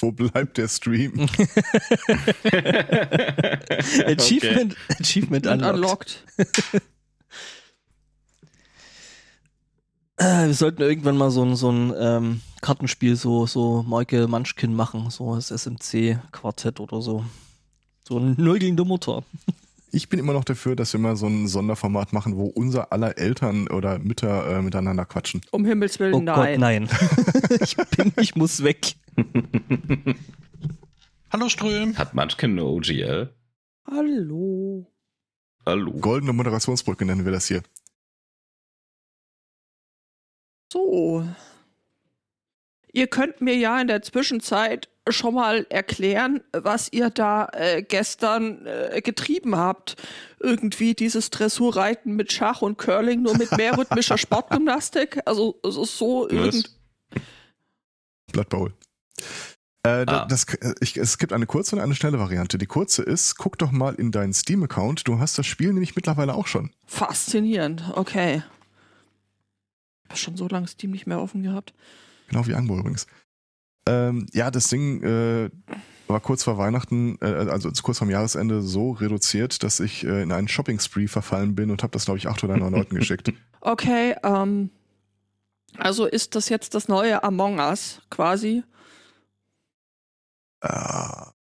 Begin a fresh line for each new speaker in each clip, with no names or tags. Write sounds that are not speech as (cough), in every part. Wo bleibt der Stream?
Achievement, (laughs) Achievement unlocked. Äh, wir sollten irgendwann mal so ein, so ein ähm, Kartenspiel, so, so Maike Munchkin machen, so das SMC-Quartett oder so. So ein Null gegen die Mutter.
Ich bin immer noch dafür, dass wir mal so ein Sonderformat machen, wo unser aller Eltern oder Mütter äh, miteinander quatschen.
Um Himmels Willen,
Oh Gott,
nein.
nein. (laughs) ich bin, ich muss weg.
Hallo Ström.
Hat ne Munchkin eine OGL?
Hallo.
Hallo.
Goldene Moderationsbrücke nennen wir das hier.
So. Ihr könnt mir ja in der Zwischenzeit schon mal erklären, was ihr da äh, gestern äh, getrieben habt. Irgendwie dieses Dressurreiten mit Schach und Curling, nur mit
(laughs)
mehr rhythmischer Sportgymnastik. Also, also so irgend.
Was?
Blood Bowl. Äh, da-
Ah.
das, äh, ich, es gibt eine kurze und eine schnelle Variante. Die kurze ist, guck doch mal in deinen Steam-Account. Du hast das Spiel nämlich mittlerweile auch schon.
Faszinierend, okay. Hab schon so lange Steam nicht mehr offen gehabt.
Genau wie Angbo übrigens. Ähm, ja, das Ding äh, war kurz vor Weihnachten, äh, also kurz vorm Jahresende so reduziert, dass ich äh, in einen Shopping-Spree verfallen bin und habe das, glaube ich, acht oder neun Leuten geschickt.
Okay, ähm, also ist das jetzt das neue Among Us quasi?
Ah.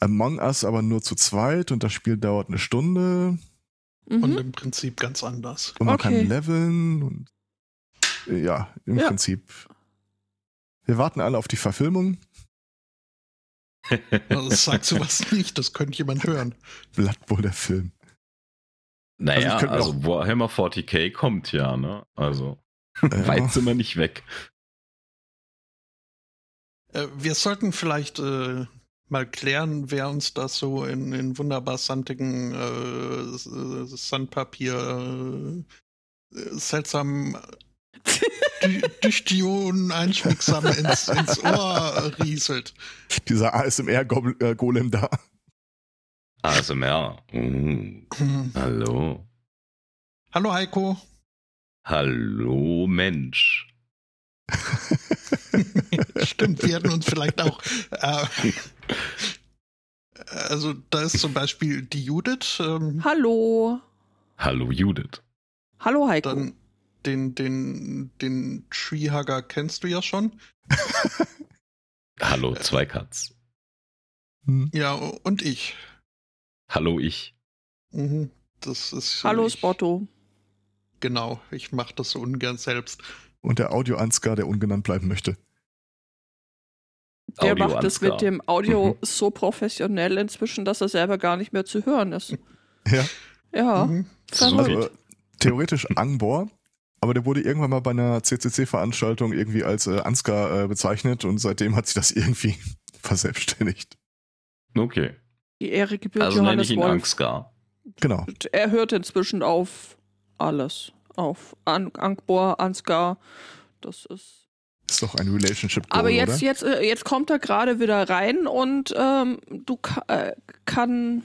Among Us aber nur zu zweit und das Spiel dauert eine Stunde
Und
Mhm.
im Prinzip ganz anders.
und man
Okay.
kann leveln und äh, ja, im
Ja.
Prinzip. Wir warten alle auf die Verfilmung.
Das sagst du was nicht, das könnte jemand hören.
Blood Bowl, der Film.
(laughs)
Naja,
Also ich könnte
also,
mir
Warhammer 40k kommt ja, ne? Also
Äh,
weit sind wir nicht weg.
Äh, wir sollten vielleicht äh, mal klären, wer uns das so in, in wunderbar sandigen äh, S- äh, Sandpapier äh, äh, seltsam Dü- Düchtionen einschmiegsam ins, ins Ohr rieselt.
Dieser ASMR-Golem äh, da.
Also mehr. Mm.
Hm.
Hallo.
Hallo Heiko.
Hallo Mensch.
Stimmt, wir hätten uns vielleicht auch. Äh, also da ist zum Beispiel die Judith, ähm,
Hallo.
Hallo Judith.
Hallo Heiko.
dann den, den, den Treehugger kennst du ja schon.
Hallo Zweikatz.
Hm.
Ja, und ich.
Hallo ich.
Mhm, das ist.
Hallo
ich,
Spotto.
Genau, ich mache das so ungern selbst.
Und der Audio-Ansgar, der ungenannt bleiben möchte.
Der
Audio
macht das
Ansgar.
mit dem Audio
Mhm.
so professionell inzwischen, dass er selber gar nicht mehr zu hören ist.
Ja.
Ja.
Mhm.
verrückt.
Sweet.
Also, theoretisch Angbor, aber der wurde irgendwann mal bei einer CCC-Veranstaltung irgendwie als äh, Ansgar äh, bezeichnet und seitdem hat sich das (laughs) irgendwie verselbstständigt.
Okay.
Die Ehre gebührt
Also nenne
Johannes
ich ihn
Wolf.
Ansgar.
Genau.
Und Er hört inzwischen auf alles. Auf An Angbor, Ansgar. Das ist
Ist doch ein relationship
Aber
oder?
jetzt, jetzt, äh, jetzt kommt er gerade wieder rein und ähm, du ka äh, kann,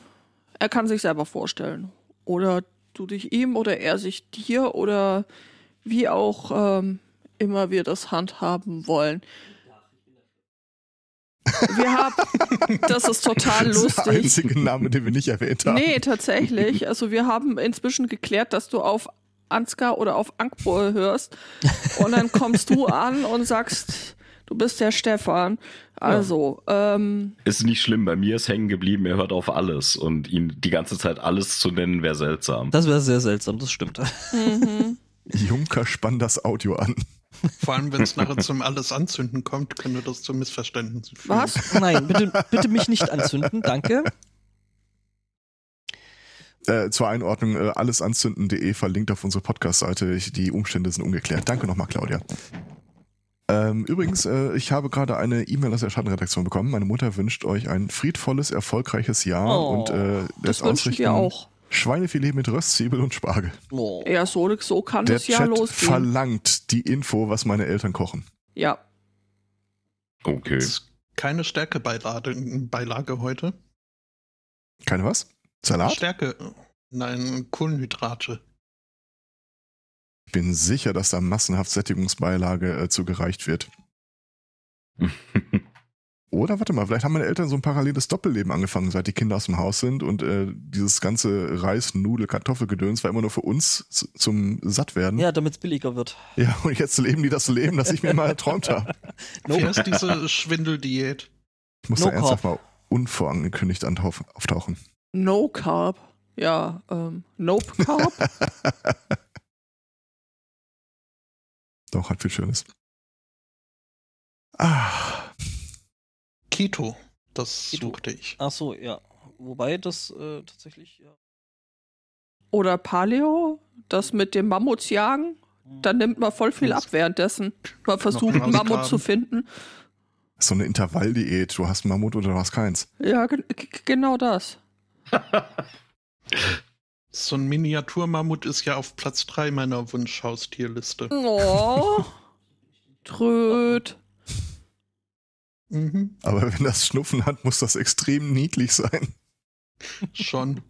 er kann sich selber vorstellen. Oder du dich ihm oder er sich dir oder wie auch ähm, immer wir das handhaben wollen. Wir haben, das ist
(laughs)
total
Das ist Der
lustig.
einzige Name, den wir nicht erwähnt haben.
Nee, tatsächlich. Also wir haben inzwischen geklärt, dass du auf Ansgar oder auf Ankbol hörst. Und dann kommst du an und sagst, du bist der Stefan. Also, ähm,
Ist nicht schlimm, bei mir ist hängen geblieben, er hört auf alles und ihn die ganze Zeit alles zu nennen wäre seltsam.
Das wäre sehr seltsam, das stimmt.
mhm.
Junker spann das Audio an.
Vor allem, wenn es nachher zum Alles anzünden kommt, könnte das zu Missverständnissen führen.
was?
Nein, bitte, bitte mich nicht anzünden, danke.
Äh, zur Einordnung, äh, allesanzünden.de verlinkt auf unsere Podcast-Seite. Ich- Die Umstände sind ungeklärt. Danke nochmal, Claudia. Ähm, übrigens, äh, ich habe gerade eine E-Mail aus der Schattenredaktion bekommen. Meine Mutter wünscht euch ein friedvolles, erfolgreiches Jahr
Oh,
und äh,
Das wünschen wir auch.
Schweinefilet mit Röstzwiebel und Spargel.
Oh.
Ja, so, so kann
Der
das ja
Chat
losgehen.
verlangt die Info, was meine Eltern kochen.
Ja,
Okay.
Gibt's Keine Stärkebeilage Beilage heute.
Keine was? Salat?
Stärke. Nein, Kohlenhydrate.
Ich bin sicher, dass da massenhaft Sättigungsbeilage äh, zugereicht wird. Oder warte mal, vielleicht haben meine Eltern so ein paralleles Doppelleben angefangen, seit die Kinder aus dem Haus sind und äh, dieses ganze Reis, Nudel, Kartoffelgedöns war immer nur für uns z- zum Sattwerden.
Ja, damit es billiger wird.
Ja, und jetzt leben die das Leben, das ich mir mal erträumt habe.
Nope.
Wer ist diese Schwindeldiät?
Ich muss
No
da ernsthaft
carb.
mal unvorangekündigt antauf- auftauchen.
No Carb. Ja, ähm, Nope Carb.
Doch, hat viel Schönes. Ah,
Keto. Das
Keto.
suchte ich.
Ach so, ja. Wobei das äh, tatsächlich. Ja.
Oder Paleo, das mit dem Mammutsjagen. Da nimmt man voll viel ab währenddessen. Man versucht,
Noch einen
Mammut
Ausgraben.
zu finden.
so eine Intervalldiät. Du hast einen Mammut oder du hast keins.
Ja, gen- g- g- genau das.
So ein Miniaturmammut ist ja auf Platz 3 meiner Wunschhaustierliste.
Oh. Tröd.
Mhm.
Aber wenn das Schnupfen hat, muss das extrem niedlich sein.
Schon.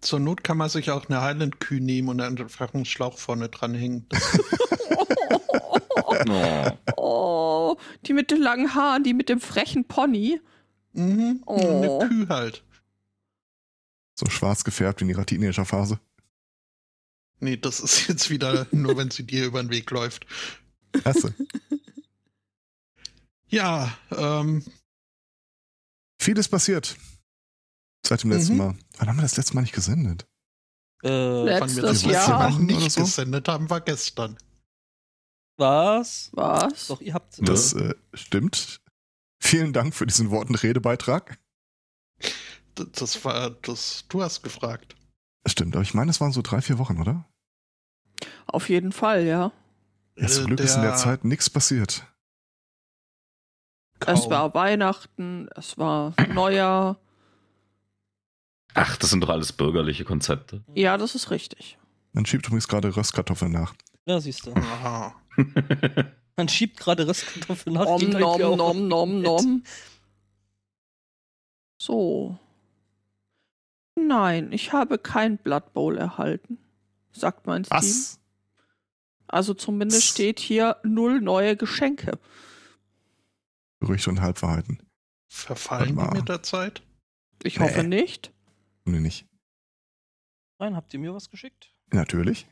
Zur Not kann man sich auch eine Highland-Kühe nehmen und einfach einen Schlauch vorne dranhängen. Das-
Oh.
Oh, die mit den langen Haaren, die mit dem frechen Pony.
Mhm.
Oh.
Eine Kühe halt.
So schwarz gefärbt in ihrer Teenagerphase.
Nee, das ist jetzt wieder nur, wenn sie dir über den Weg läuft.
Klasse.
Ja, ähm,
Vieles passiert. Seit dem letzten
Mhm.
Mal. Wann haben wir das letzte Mal nicht gesendet?
Äh,
wann wir
Letztes
das letzte
Jahr.
Mal
Wochen oder
nicht
so?
gesendet haben, war gestern.
was?
Was?
Doch, ihr habt.
Das äh, stimmt. Vielen Dank für diesen Wort- und Redebeitrag.
D- Das war, das, du hast gefragt.
Stimmt, aber ich meine, es waren so drei, vier Wochen, oder?
Auf jeden Fall, ja.
Ja, zum
Äh,
Glück ist in der
der-
Zeit nichts passiert.
Es war Weihnachten, es war Neujahr.
(laughs) Ach, das sind doch alles bürgerliche Konzepte. (laughs)
Ja, das ist richtig.
Man schiebt übrigens gerade Röstkartoffeln nach.
Ja, siehst du.
Aha.
Man schiebt gerade Röstkartoffeln nach.
Om
die Leute
nom
auch-
nom nom nom. So. Nein, ich habe kein Blood Bowl erhalten, sagt mein Steam.
Was?
Also zumindest
Was?
steht hier null neue Geschenke.
Gerüchte und Halbwahrheiten.
Verfallen
Warte
die
mal.
mit der Zeit?
Ich hoffe nicht.
Nee, nicht.
Nein, habt ihr mir was geschickt?
Natürlich.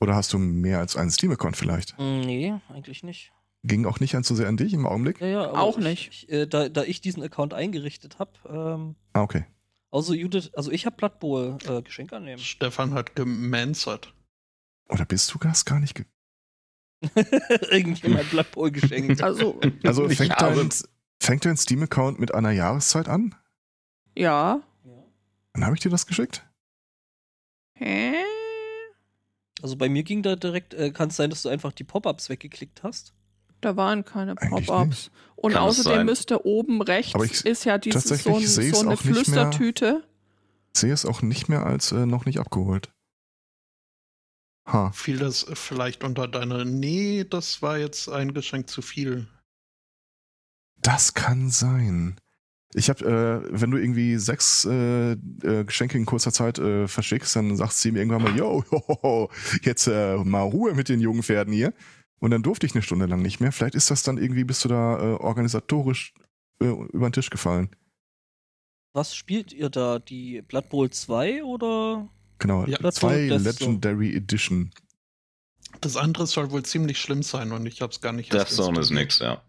Oder hast du mehr als einen Steam-Account vielleicht?
Mm, Nee, eigentlich nicht.
Ging auch nicht an zu sehr an dich im Augenblick?
Ja, ja, aber
Auch
ich,
nicht.
Ich, äh, da, da ich diesen Account eingerichtet habe, ähm,
Ah, okay.
also Judith, also ich habe Blood Bowl äh, Geschenk
(laughs)
annehmen. (laughs)
Stefan hat gemansert.
Oder bist du das gar nicht? Ge
Irgendjemand Blood Bowl geschenkt.
(laughs) Also,
(laughs) also
Ich
fängt
habe-
dein, fängt dein Steam-Account mit einer Jahreszeit an?
ja.
Dann habe ich dir das geschickt?
Hä?
Also bei mir ging da direkt, äh, kann es sein, dass du einfach die Pop-Ups weggeklickt hast?
Da waren keine
Eigentlich
Pop-ups. Und
Kann es
außerdem
sein.
müsste oben rechts
Aber ich-
ist ja dieses so,
tatsächlich
ein,
sehe ich's
so eine
auch nicht mehr.
Flüstertüte.
Ich sehe es auch nicht mehr als äh, noch nicht abgeholt. Ha.
Fiel das vielleicht unter deine. Nee, das war jetzt ein Geschenk zu viel.
Das kann sein. Ich habe, äh, wenn du irgendwie sechs äh, äh, Geschenke in kurzer Zeit äh, verschickst, dann sagt sie mir irgendwann mal, yo, hohoho, jetzt äh, mal Ruhe mit den jungen Pferden hier. Und dann durfte ich eine Stunde lang nicht mehr. Vielleicht ist das dann irgendwie, bist du da äh, organisatorisch äh, über den Tisch gefallen.
Was spielt ihr da? Die Blood Bowl 2 oder?
Genau,
Ja,
das
zwei
so- das
Legendary Edition.
Das andere soll wohl ziemlich schlimm sein und ich hab's gar nicht
Death Zone ist
installiert.
nix, ja.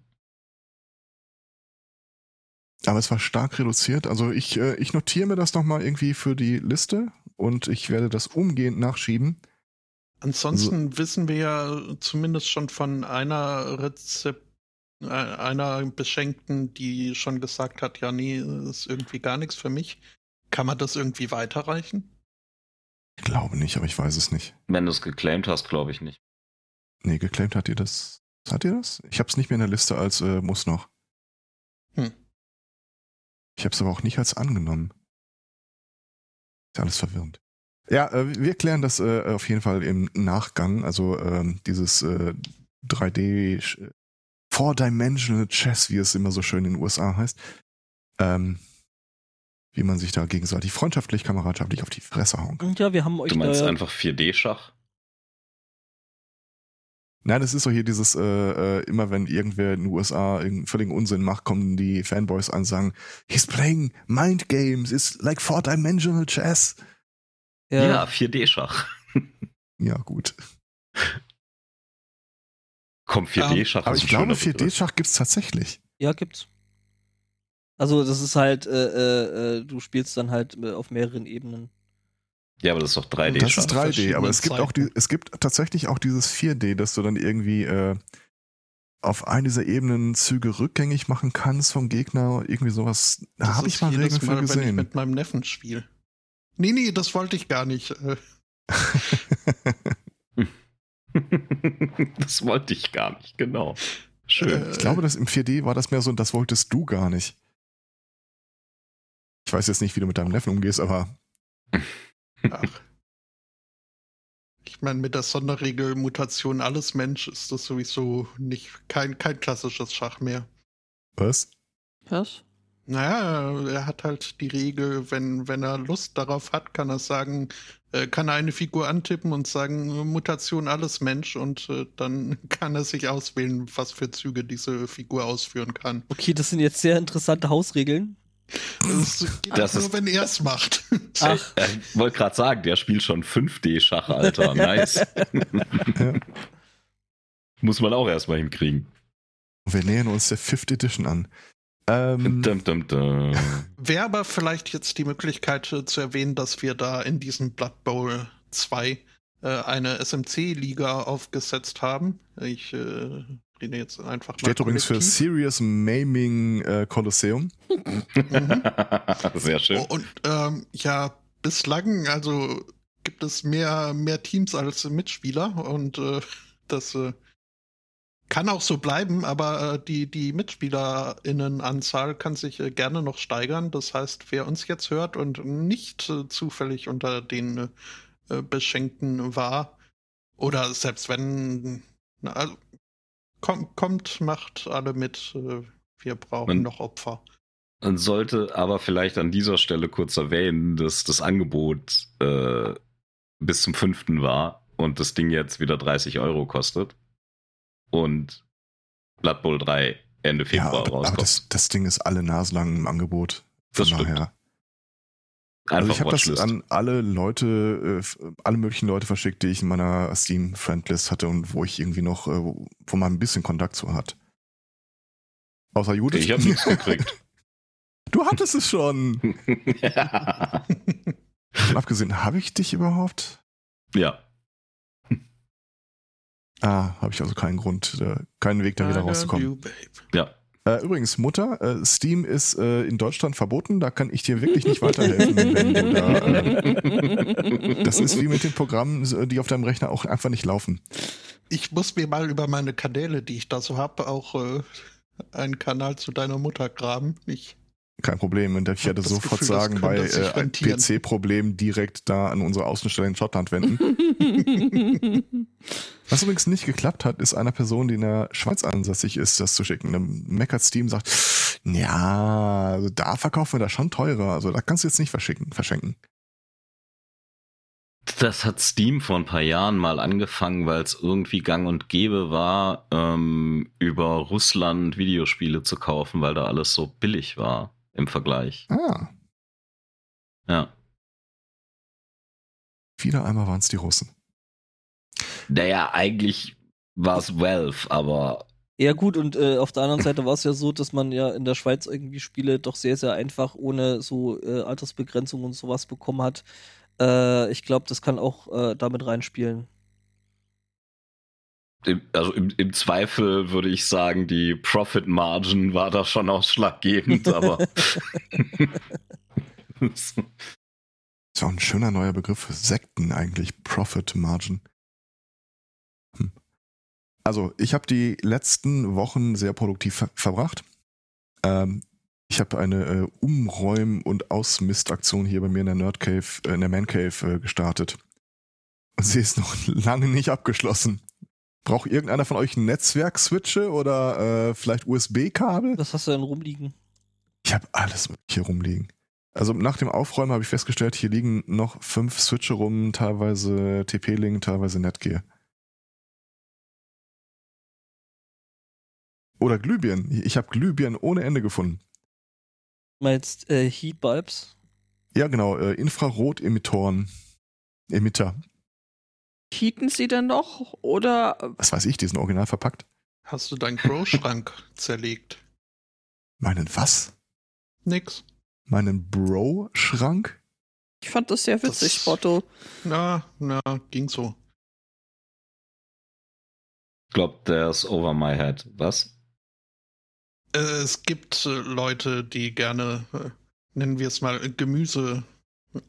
Aber es war stark reduziert. Also ich, äh, ich notiere mir das nochmal irgendwie für die Liste und ich werde das umgehend nachschieben.
Ansonsten wissen wir ja zumindest schon von einer Rezept, äh, einer Beschenkten, die schon gesagt hat, ja, nee, ist irgendwie gar nichts für mich. Kann man das irgendwie weiterreichen?
Ich glaube nicht, aber ich weiß es nicht.
Wenn du es geclaimt hast, glaube ich nicht.
Nee, geclaimt hat ihr das. Hat ihr das? Ich habe es nicht mehr in der Liste als äh, muss noch.
Hm.
Ich habe es aber auch nicht als angenommen. Ist ja alles verwirrend. Ja, äh, wir klären das äh, auf jeden Fall im Nachgang. Also ähm, dieses äh, 3D Sch- äh, Four-Dimensional Chess, wie es immer so schön in den USA heißt. Ähm, wie man sich da gegenseitig freundschaftlich, kameradschaftlich auf die Fresse hauen kann.
Und ja, wir haben euch
Du meinst
da,
einfach 4D-Schach?
Nein, das ist doch hier dieses, äh, äh, immer wenn irgendwer in den USA irgendeinen völligen Unsinn macht, kommen die Fanboys an und sagen, he's playing mind games, it's like four-dimensional chess.
Ja, 4D-Schach.
Ja, gut.
Komm, 4D-Schach
Aber
ist
Also ich
ein
glaube,
schöner Begriff.
4D-Schach gibt's tatsächlich.
Ja, gibt's. Also das ist halt, äh, äh, äh, du spielst dann halt äh, auf mehreren Ebenen.
Ja, aber das ist doch 3D-Schach.
Das ist
schon
3D, aber es gibt
verschiedenen
auch die, es gibt tatsächlich auch dieses 4D, dass du dann irgendwie äh, auf eine dieser Ebenen Züge rückgängig machen kannst vom Gegner, irgendwie sowas. Da
Das
habe
ist
ich mal
jedes
Regeln für
Mal, wenn ich
gesehen.
mit meinem Neffen spiele. Nee, nee, das wollte ich gar nicht. Äh,
(laughs) das wollte ich gar nicht, genau. Schön.
Äh,
ich glaube, das im 4D war das mehr so, das wolltest du gar nicht. Ich weiß jetzt nicht, wie du mit deinem Neffen umgehst, aber
Ach. Ich meine, mit der Sonderregel Mutation alles Mensch ist das sowieso nicht kein, kein klassisches Schach mehr.
was?
Was?
Naja, er hat halt die Regel, wenn, wenn er Lust darauf hat, kann er sagen, äh, kann er eine Figur antippen und sagen, äh, Mutation alles Mensch und äh, dann (laughs) kann er sich auswählen, was für Züge diese Figur ausführen kann.
Okay, das sind jetzt sehr interessante Hausregeln.
Das geht
Das
auch nur,
ist-
wenn er es macht. (laughs)
Ach,
Äh, Ich wollte gerade sagen, der spielt schon
(laughs)
5D-Schach, Alter. Nice. Muss man auch erstmal hinkriegen.
Wir nähern uns der Fifth Edition an. Ähm,
Dum, dum, dum.
Wäre aber vielleicht jetzt die Möglichkeit äh, zu erwähnen, dass wir da in diesem Blood Bowl 2 äh, eine SMC-Liga aufgesetzt haben. Ich äh, rede jetzt einfach mal.
steht übrigens für
kollektiv.
Serious Maiming äh, Colosseum.
Mhm.
(laughs) Sehr schön.
Oh, Und ähm, ja, bislang, also gibt es mehr, mehr Teams als Mitspieler und äh, das äh, kann auch so bleiben, aber äh, die, die MitspielerInnenanzahl kann sich äh, gerne noch steigern. Das heißt, wer uns jetzt hört und nicht äh, zufällig unter den äh, Beschenkten war, oder selbst wenn, na, also, kommt, kommt, macht alle mit. Äh, wir brauchen
Und-
noch Opfer.
Man sollte aber vielleicht an dieser Stelle kurz erwähnen, dass das Angebot äh, bis zum 5. war und das Ding jetzt wieder 30 Euro kostet. Und Blood Bowl 3 Ende
Ja,
Februar
aber, aber
rauskommt.
das, das Ding ist alle naselang im Angebot.
Das stimmt.
Also ich
Einfach
habe das
Watchlist.
an alle Leute, äh, f- alle möglichen Leute verschickt, die ich in meiner Steam-Friendlist hatte und wo ich irgendwie noch, äh, wo wo man ein bisschen Kontakt zu hat. Außer Judith.
Ich habe nichts gekriegt.
(laughs)
(laughs)
du hattest es schon. Davon abgesehen, habe ich dich überhaupt?
ja.
Ah, habe ich also keinen Grund, äh, keinen Weg da wieder
I love
rauszukommen.
you, babe.
Ja.
Äh, übrigens, Mutter, äh, Steam ist äh, in Deutschland verboten, da kann ich dir wirklich nicht weiterhelfen, wenn du da. Äh, das
(laughs)
ist wie
(laughs)
mit den Programmen, so, die auf deinem Rechner auch einfach nicht laufen.
Ich muss mir mal über meine Kanäle, die ich da so habe, auch äh, einen Kanal zu deiner Mutter graben. Ich,
Kein Problem. Und ich
Hab
hätte
das
sofort
Gefühl, das
sagen, bei
könnte sich
äh,
rentieren.
PC-Problem direkt da an unsere Außenstelle in Schottland
(laughs)
wenden. Was übrigens nicht geklappt hat, ist einer Person, die in der Schweiz ansässig ist, das zu schicken. Dann meckert Steam, sagt, ja, also da verkaufen wir das schon teurer. Also da kannst du jetzt nicht verschicken, verschenken.
Das hat Steam vor ein paar Jahren mal angefangen, weil es irgendwie gang und gäbe war, ähm, über Russland Videospiele zu kaufen, weil da alles so billig war im Vergleich.
Ah,
Ja.
wieder einmal waren es die Russen.
Naja, eigentlich war es Valve, aber
ja gut, und äh, auf der anderen Seite war es ja so, dass man ja in der Schweiz irgendwie Spiele doch sehr, sehr einfach ohne so äh, Altersbegrenzung und sowas bekommen hat. Äh, ich glaube, das kann auch äh, damit reinspielen.
im, also im, im Zweifel würde ich sagen, die Profit Margin war da
(laughs)
schon ausschlaggebend, aber. (laughs)
Ist ja auch ein schöner neuer Begriff für Sekten eigentlich. Profit Margin. Hm. Also, ich habe die letzten Wochen sehr produktiv ver verbracht. Ähm, ich habe eine äh, Umräum- und Ausmistaktion hier bei mir in der Nerd Cave, äh, in der Man Cave äh, gestartet. Und sie ist noch (laughs) lange nicht abgeschlossen. Braucht irgendeiner von euch Netzwerk-Switche oder äh, vielleicht USB-Kabel?
Was hast du denn rumliegen?
Ich habe alles hier rumliegen. Also nach dem Aufräumen habe ich festgestellt, hier liegen noch fünf Switche rum, teilweise TP-Link, teilweise Netgear. Oder Glühbirnen. Ich habe Glühbirnen ohne Ende gefunden.
Meinst äh, Heat Bulbs?
Ja, genau. Äh, Infrarot-Emittoren. Emitter.
Heaten sie denn noch? Oder
Was weiß ich, die sind original verpackt.
Hast
(laughs)
du deinen Großschrank zerlegt?
Meinen was?
Nix.
Meinen Bro-Schrank?
ich fand das sehr
Das-
witzig, Spotto.
Na, na, ging so.
Ich glaube, der ist over my head. Was?
Äh, Es gibt äh, Leute, die gerne, äh, nennen wir es mal, äh, Gemüse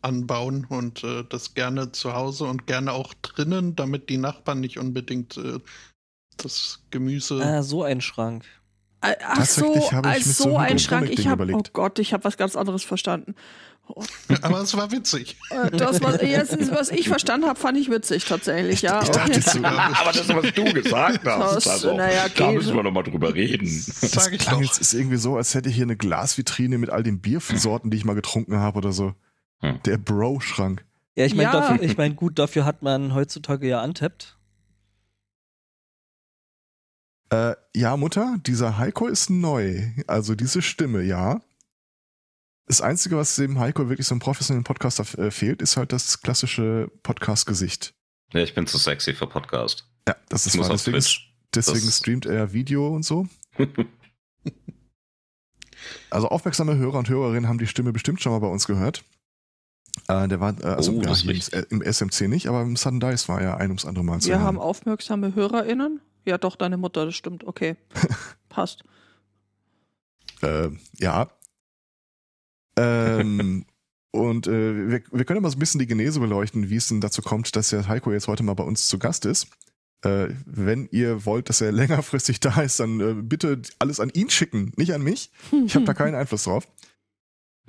anbauen und äh, das gerne zu Hause und gerne auch drinnen, damit die Nachbarn nicht unbedingt äh, das Gemüse.
Ah, so ein Schrank.
Ä- Ach so,
Tatsächlich habe ich
als
mit
so
so einem
ein Schrank.
Elektronik-Ding
Ich habe, oh
überlegt.
Gott, ich habe was ganz anderes verstanden. Oh,
(laughs) Aber es war witzig.
äh, das, was, jetzt ist, was ich verstanden habe, fand ich witzig tatsächlich. Ja,
ich
okay.
dachte so,
Ah, Aber das, was du
(laughs)
gesagt hast,
Das-
also,
naja,
da
geht.
müssen wir nochmal drüber reden.
Hm. das
Sag ich
klang
doch.
jetzt ist irgendwie so, als hätte ich hier eine Glasvitrine mit all den Biersorten, die ich mal getrunken habe oder so.
Hm.
Der Bro-Schrank.
Ja, ich meine,
Ja.
dafür- ich mein, gut, dafür hat man heutzutage ja Untapped.
Äh, ja, Mutter, dieser Heiko ist neu. Also diese Stimme, ja. Das Einzige, was dem Heiko wirklich so einem professionellen Podcaster äh, fehlt, ist halt das klassische Podcast-Gesicht.
Ja, ich bin zu sexy für Podcast.
Ja, das
Ich
ist
muss
wahr.
auf
Deswegen,
Twitch.
deswegen
Das-
streamt er Video und so. Also aufmerksame Hörer und Hörerinnen haben die Stimme bestimmt schon mal bei uns gehört. Äh, der war äh, also
Oh,
ja,
das
hier
riecht.
im, äh, im SMC nicht, aber im Sudden Dice war er ein ums andere Mal zu
Wir
hören.
haben aufmerksame HörerInnen. Ja, doch, deine Mutter, das
(laughs)
stimmt. Okay. Passt.
Äh, ja.
(laughs)
Ähm, und äh, wir, wir können mal so ein bisschen die Genese beleuchten, wie es denn dazu kommt, dass der Heiko jetzt heute mal bei uns zu Gast ist. Äh, wenn ihr wollt, dass er (laughs) längerfristig da ist, dann äh, bitte alles an ihn schicken, nicht an mich. Ich habe da keinen Einfluss drauf.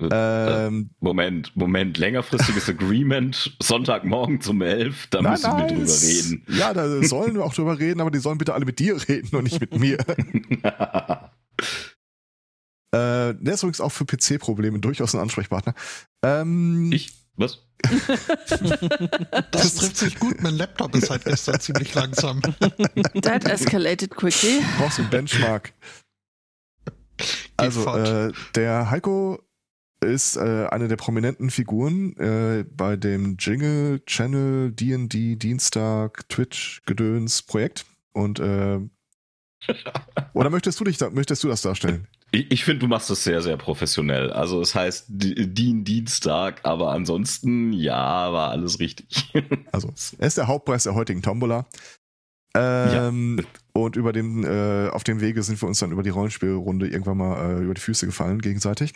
Äh,
Ähm,
(laughs) Moment, Moment, längerfristiges Agreement, Sonntagmorgen zum 11, da müssen wir drüber reden.
Ja,
(laughs)
da sollen wir auch drüber reden, aber die sollen bitte alle mit dir reden und nicht mit mir. (laughs) Äh, der ist übrigens auch für PC-Probleme durchaus ein Ansprechpartner. Ähm,
ich? Was?
Das trifft sich gut. Mein Laptop ist halt gestern ziemlich
(laughs)
langsam.
That escalated quickly.
brauchst einen Benchmark. also,
fort.
äh, der Heiko ist äh, eine der prominenten Figuren äh, bei dem Jingle Channel D&D Dienstag Twitch Gedöns Projekt und äh, oder möchtest du dich da, möchtest du das darstellen?
Ich, ich finde, du machst das sehr, sehr professionell. Also es heißt D- Dien Dienstag, aber ansonsten, ja, war alles richtig.
Also, er ist der Hauptpreis der heutigen Tombola. Ähm, Und über den, äh, auf dem Wege sind wir uns dann über die Rollenspielrunde irgendwann mal äh, über die Füße gefallen, gegenseitig.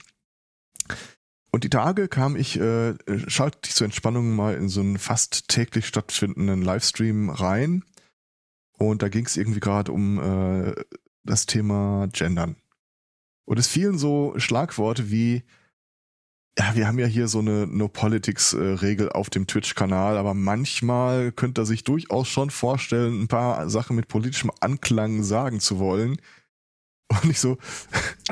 Und die Tage kam ich, äh, schalte ich zur Entspannung mal in so einen fast täglich stattfindenden Livestream rein. Und da ging es irgendwie gerade um äh, das Thema Gendern. Und es fielen so Schlagworte wie, ja, wir haben ja hier so eine No-Politics-Regel auf dem Twitch-Kanal, aber manchmal könnte er sich durchaus schon vorstellen, ein paar Sachen mit politischem Anklang sagen zu wollen. Und ich so,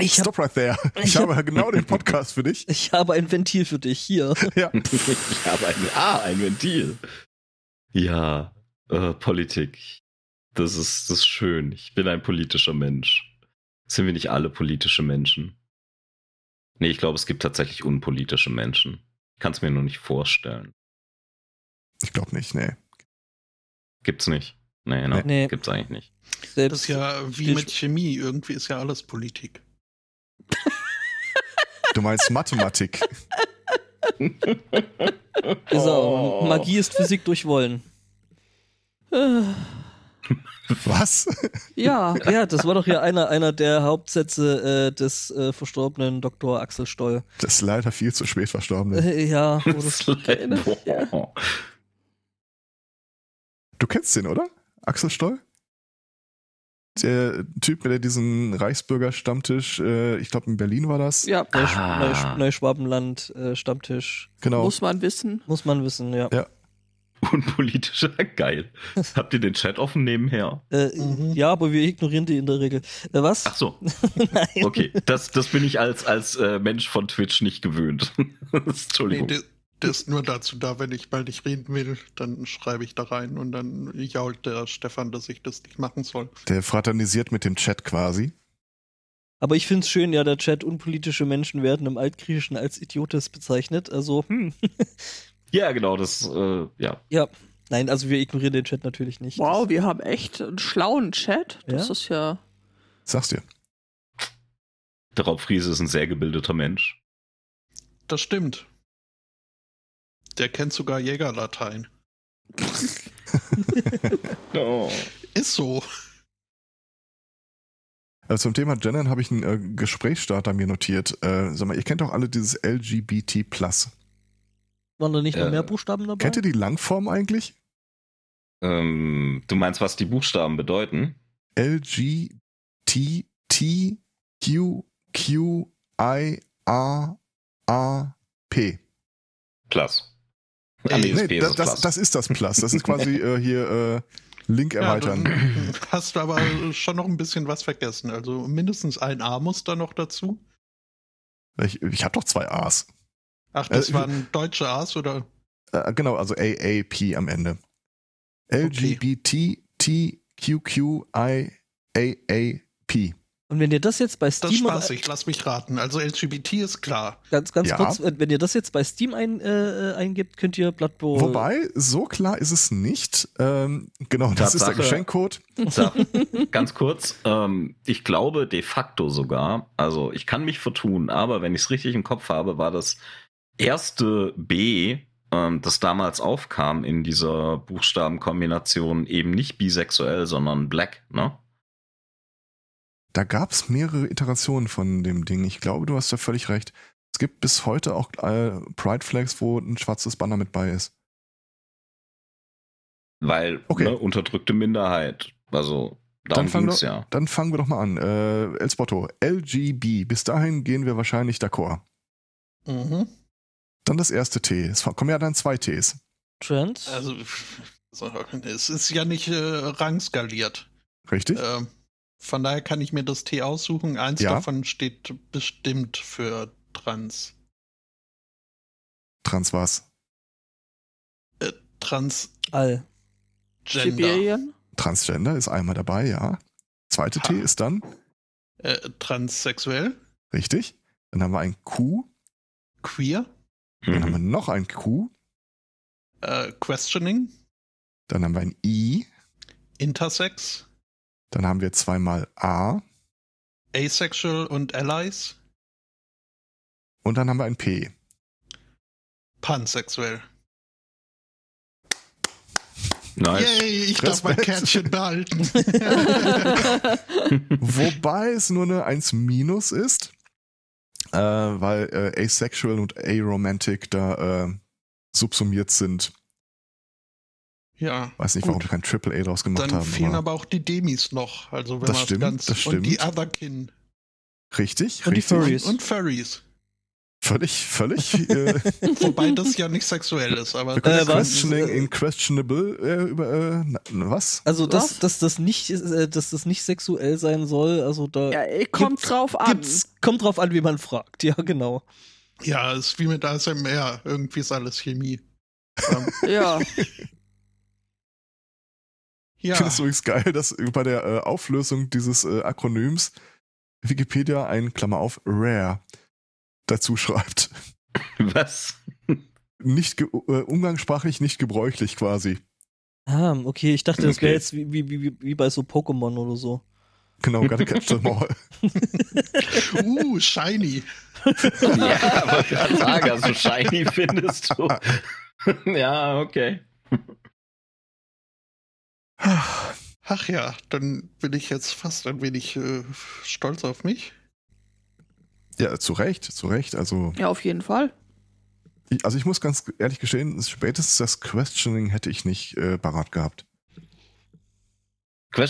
Ich, hab,
stop right there. Ich,
ich hab-
habe genau den Podcast für dich.
ich habe ein Ventil für dich hier.
Ja.
(laughs) ich habe ein, ah, ein Ventil. Ja, äh, Politik. Das ist, das ist schön. Ich bin ein politischer Mensch. Sind wir nicht alle politische Menschen? Nee, ich glaube, es gibt tatsächlich unpolitische Menschen. Ich kann es mir nur nicht vorstellen.
Ich glaube nicht, nee.
Gibt's nicht. Nee, genau.
Nee.
Gibt's eigentlich nicht.
Das
Selbst,
ist ja wie
Ich-
mit Chemie. Irgendwie ist ja alles Politik.
Du meinst Mathematik.
ist er,
Oh.
Magie ist Physik durch Wollen.
Äh,
Was?
ja.
Ja, das war doch ja einer, einer der Hauptsätze äh, des äh, verstorbenen Dr. Axel Stoll.
Das ist leider viel zu spät verstorben.
Äh, ja, wo das
(laughs) Das ist leid. Boah.
Du kennst den, oder? Axel Stoll? Der Typ, der diesen Reichsbürger-Stammtisch, äh, ich glaube in Berlin war das.
Ja,
Neusch
Ah.
Neusch Neuschwabenland äh, Stammtisch.
Genau.
muss man wissen.
Muss man wissen, ja.
Unpolitischer,
(laughs)
geil. Habt ihr den Chat offen nebenher?
Äh,
Mhm.
Ja, aber wir ignorieren die in der Regel. Äh, was?
Ach so,
(laughs) Nein.
(laughs) okay. Das, das bin ich als, als äh, Mensch von Twitch nicht gewöhnt. (laughs)
Nee,
Entschuldigung.
der, der ist nur dazu da, wenn ich mal nicht reden will, dann schreibe ich da rein und dann jault der Stefan, dass ich das nicht machen soll.
Der fraternisiert mit dem Chat quasi.
Aber ich finde es schön, ja, der Chat, unpolitische Menschen werden im Altgriechischen als Idiotes bezeichnet. Also, hm.
Ja, genau, das, äh, ja.
ja. (laughs) Nein, also wir ignorieren den Chat natürlich nicht.
Wow, wir haben echt einen schlauen Chat. Das
Ja?
ist ja.
Sag's dir.
Der Raubfriese ist ein sehr gebildeter Mensch.
Das stimmt. Der kennt sogar Jägerlatein.
Oh.
Ist so.
Also zum Thema Gendern habe ich einen äh, Gesprächsstarter mir notiert. Äh, sag mal, ihr kennt doch alle dieses LGBT+.
Waren da nicht noch
Äh,
mehr Buchstaben dabei?
Kennt ihr die Langform eigentlich?
Ähm, du meinst, was die Buchstaben bedeuten?
LGTTQQIAAP.
Plus.
Ey,
Ah, nee, das
Nee,
P
das, das,
ist das Plus.
das ist das Plus. Das ist
(laughs)
quasi äh, hier äh, Link erweitern.
Ja, du hast aber schon noch ein bisschen was vergessen. Also mindestens ein A muss da noch dazu.
ich ich habe doch zwei A's.
Ach, das
Äh,
waren deutsche A's oder?
Äh, genau, also AAP am Ende. LGBTTQQIAAP.
Und wenn ihr das jetzt bei
Das
Steam
spaß ich, lass mich raten. Also LGBT ist klar.
ganz ganz
Ja.
kurz, äh, wenn ihr das jetzt bei Steam ein, äh, äh, eingibt, könnt ihr Bloodborne.
Wobei, so klar ist es nicht. Ähm, genau, das ist der
Tatsache.
Geschenkcode.
So, (laughs) ganz kurz, ähm, ich glaube de facto sogar, also ich kann mich vertun, aber wenn ich es richtig im Kopf habe, war das erste B, ähm, das damals aufkam in dieser Buchstabenkombination, eben nicht bisexuell, sondern black, ne?
Da gab es mehrere Iterationen von dem Ding. Ich glaube, du hast da völlig recht. Es gibt bis heute auch äh, Pride Flags, wo ein schwarzes Banner mit bei ist.
Weil
Okay.
ne, unterdrückte Minderheit, also
Dann
darum
fang
ging es ja.
Dann fangen wir doch mal an. Äh, El Spotto, LGB. Bis dahin gehen wir wahrscheinlich d'accord.
Mhm.
Dann das erste T. Es kommen ja dann zwei Ts.
Trend.
Also (laughs) so, es ist ja nicht äh, rangskaliert.
Äh.
Richtig?
Ähm, von daher kann ich mir das T aussuchen. Eins
Ja.
davon steht bestimmt für trans.
Trans was?
Transgender.
All.
Sibirien?
Transgender ist einmal dabei, ja. Zweite
Ha.
T ist dann,
Äh, transsexuell.
richtig. Dann haben wir ein Q,
Queer.
dann haben wir
Mhm.
noch ein Q,
Äh, questioning.
dann haben wir ein I,
Intersex.
dann haben wir zweimal A
Asexual und Allies.
und dann haben wir ein P.
Pansexuell.
Nice.
Yay, ich darf mein
Respekt.
Kärtchen behalten.
(laughs) Wobei es nur eine 1 minus ist, äh, weil äh, asexual und aromantic da äh, subsumiert sind.
ja.
Weiß nicht,
Gut.
warum wir kein Triple A draus gemacht
Dann
haben.
fehlen
Aber
aber auch die Demis noch. Also wenn
Das
man
stimmt,
ganz
das
und die
stimmt.
Otherkin
richtig,
Und die
richtig.
Furries.
und Furries.
Völlig, völlig. äh,
Wobei das ja nicht sexuell ist, aber
wir können
Äh, was?
questioning in questionable äh, über äh, na, was?
Also
Was?
dass, dass das nicht äh, dass das nicht sexuell sein soll, also da
ja, ey, kommt
Gibt's-
drauf an.
gibt's, kommt drauf an, wie man fragt. (laughs) Ja, genau.
ja, ist wie mit ASMR. Irgendwie ist alles Chemie. Ähm,
(laughs) Ja.
Ich
ja,
finde es übrigens geil, dass bei der äh, Auflösung dieses äh, Akronyms Wikipedia ein Klammer auf Rare dazu schreibt.
(laughs) Was?
Nicht ge äh, umgangssprachlich nicht gebräuchlich quasi.
Ah, okay, ich dachte, das wäre
Okay.
jetzt wie, wie, wie, wie bei so Pokémon oder so.
Genau, gotta catch them
(laughs)
all.
uh, shiny.
ja, aber gerade sagen, also shiny findest du. (laughs) ja, okay.
Ach ja, dann bin ich jetzt fast ein wenig äh, stolz
(laughs)
auf mich.
Ja, zu Recht, zu Recht. Also
ja, auf jeden Fall.
ich, also ich muss ganz ehrlich gestehen, spätestens das Questioning hätte ich nicht äh, parat gehabt. Das,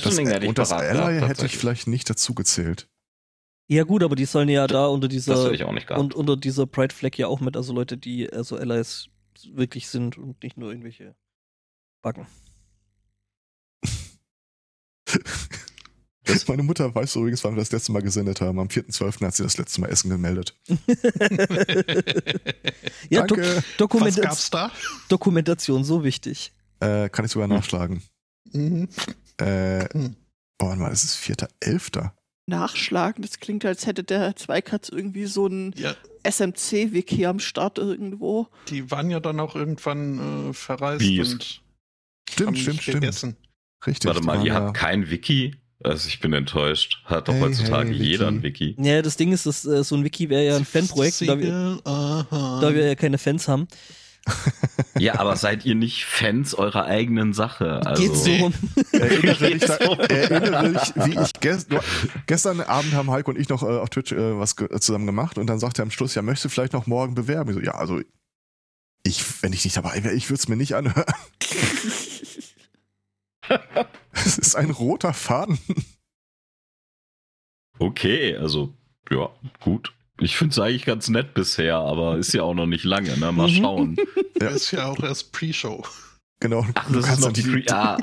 Questioning hätte ich
und das
parat
Ally
gehabt,
hätte ich
tatsächlich.
vielleicht nicht dazu gezählt.
Ja gut, aber die sollen ja da unter
Das
dieser
hätte ich auch nicht gehabt.
und unter dieser Pride Flag ja auch mit, also Leute, die also Allies wirklich sind und nicht nur irgendwelche Backen.
(laughs) Meine Mutter weiß übrigens, wann wir das letzte Mal gesendet haben. Am 4.12. hat sie das letzte Mal Essen gemeldet.
ja, Dok
Danke.
Was
Dokumenta
gab's da?
Dokumentation, so wichtig.
Äh, kann ich sogar nachschlagen.
Mhm.
Äh,
Hm.
oh, warte mal, das ist 4.11.
nachschlagen. Das klingt, als hätte der Zweikatz irgendwie so ein
Ja,
SMC-Wiki am Start
(laughs)
irgendwo.
die waren ja dann auch irgendwann äh, verreist
Wie ist-
und haben
Stimmt, stimmt,
nicht
stimmt.
gegessen.
Richtig.
Warte
die
mal,
waren
ihr
ja-
habt kein Wiki? Also ich bin enttäuscht. Hat doch
Hey,
heutzutage
hey,
jeder ein Wiki.
Ja, das Ding ist, dass, äh, so ein Wiki wäre ja ein Fanprojekt, da wir,
Siegel, aha.
da wir ja keine Fans haben.
Ja, aber seid ihr nicht Fans eurer eigenen Sache? Also,
Geht's so rum?
(laughs)
Erinnere dich, da,
Geht's so?
erinnere dich wie ich gest, nur- gestern Abend haben Heiko und ich noch äh, auf Twitch äh, was ge- zusammen gemacht und dann sagte er am Schluss, ja, möchtest du vielleicht noch morgen bewerben? Ich so, ja, also ich, wenn ich nicht dabei wäre, ich würde es mir nicht anhören. (laughs) Es ist ein roter Faden.
Okay, also ja, gut. Ich finde es eigentlich ganz nett bisher, aber ist ja auch noch nicht lange, ne? Mal
Mhm.
schauen.
Ja.
Ist ja auch erst Pre-Show.
Genau.
Ach,
du
das ist
kannst
noch
dann
die Pre ah,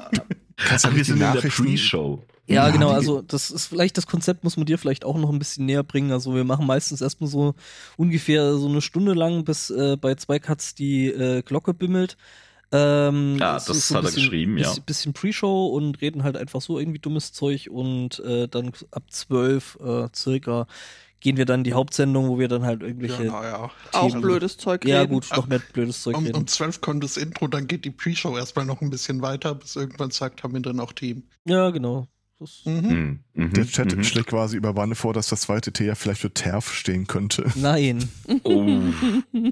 kannst
ach,
dann die
wir sind in der
Nachrichten-
Pre-Show.
Ja,
Ja,
genau,
die-
also das ist vielleicht das Konzept, muss man dir vielleicht auch noch ein bisschen näher bringen. Also wir machen meistens erstmal so ungefähr so eine Stunde lang, bis äh, bei zwei Cuts die äh, Glocke bimmelt. Ähm,
Ja,
es
das
ist so ein
hat er geschrieben, ja.
bisschen, bisschen Pre-Show und reden halt einfach so irgendwie dummes Zeug und äh, dann ab 12 äh, circa gehen wir dann in die Hauptsendung, wo wir dann halt irgendwelche. Ja,
naja.
Auch
Also,
blödes Zeug. reden.
gut, noch mehr blödes Zeug
Um, um
reden.
12 kommt das Intro, dann geht die Pre-Show erstmal noch ein bisschen weiter, bis irgendwann sagt, haben wir denn auch Team.
Ja, genau. Das,
Hm.
Mhm.
Mhm, mhm,
Der Chat
mhm.
schlägt quasi über Wanne vor, dass das zweite T ja vielleicht für TERF stehen könnte.
Nein.
Oh.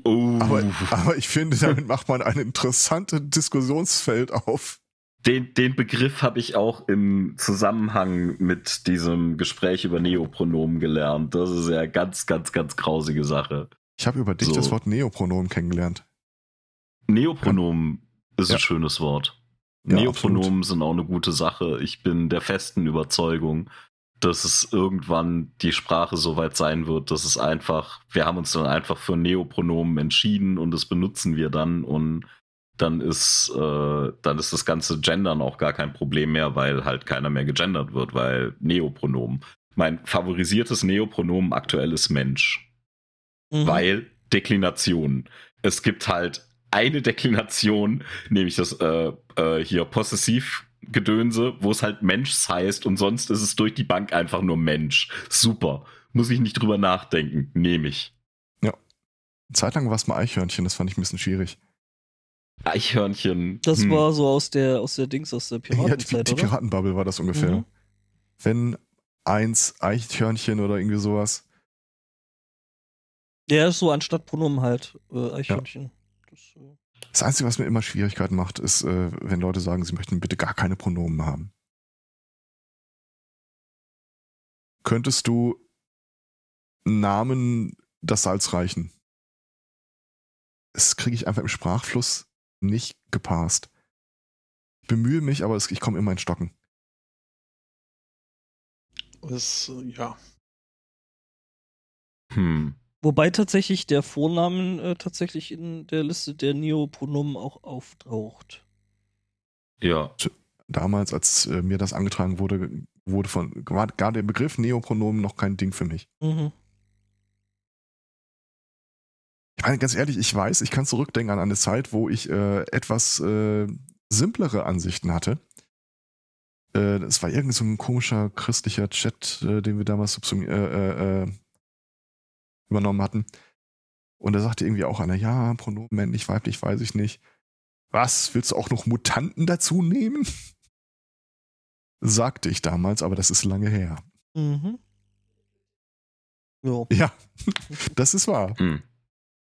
Oh.
Aber, aber ich finde, damit macht man ein interessantes Diskussionsfeld auf.
Den, den Begriff habe ich auch im Zusammenhang mit diesem Gespräch über Neopronomen gelernt. Das ist ja ganz, ganz, ganz grausige Sache.
Ich habe über dich
So.
das Wort Neopronomen kennengelernt.
Neopronomen ist
Ja.
ein schönes Wort.
Ja,
Neopronomen sind auch eine gute Sache. Ich bin der festen Überzeugung, dass es irgendwann die Sprache so weit sein wird, dass es einfach, wir haben uns dann einfach für Neopronomen entschieden und das benutzen wir dann und dann ist, äh, dann ist das ganze Gendern auch gar kein Problem mehr, weil halt keiner mehr gegendert wird, weil Neopronomen. Mein favorisiertes Neopronomen aktuell ist Mensch
Mhm.
weil Deklinationen. Es gibt halt eine Deklination, nämlich das äh, äh, hier Possessivgedönse, wo es halt Mensch heißt und sonst ist es durch die Bank einfach nur Mensch. Super. Muss ich nicht drüber nachdenken. Nehme ich.
Eine Zeit lang war es mal Eichhörnchen, das fand ich ein bisschen schwierig.
Eichhörnchen.
Das
hm.
war so aus der aus der Dings, aus der
Ja, die,
Piratenzeit,
die
oder?
Piratenbubble war das ungefähr.
Mhm.
Wenn eins Eichhörnchen oder irgendwie sowas.
Ja, ist so anstatt Pronomen halt, äh, Eichhörnchen. Das, äh,
Das Einzige, was mir immer Schwierigkeiten macht, ist, äh, wenn Leute sagen, sie möchten bitte gar keine Pronomen haben. Könntest du Namen das Salz reichen? Das kriege ich einfach im Sprachfluss nicht gepasst. Ich bemühe mich, aber es, ich komme immer in Stocken.
Ist, äh, ja.
Hm.
Wobei tatsächlich der Vornamen äh, tatsächlich in der Liste der Neopronomen auch auftaucht.
Ja.
damals, als äh, mir das angetragen wurde, wurde von war gar der Begriff Neopronomen noch kein Ding für mich.
Mhm.
Ich meine, ganz ehrlich, ich weiß, ich kann zurückdenken an eine Zeit, wo ich äh, etwas äh, simplere Ansichten hatte. Äh, Es war irgend so ein komischer christlicher Chat, äh, den wir damals subsum- äh, äh, äh, übernommen hatten. Und da sagte irgendwie auch einer, ja, Pronomen männlich, weiblich, weiß ich nicht. Was, willst du auch noch Mutanten dazu nehmen? Sagte ich damals, aber das ist lange her.
Mhm. Ja.
Ja, (laughs) das ist wahr.
Hm.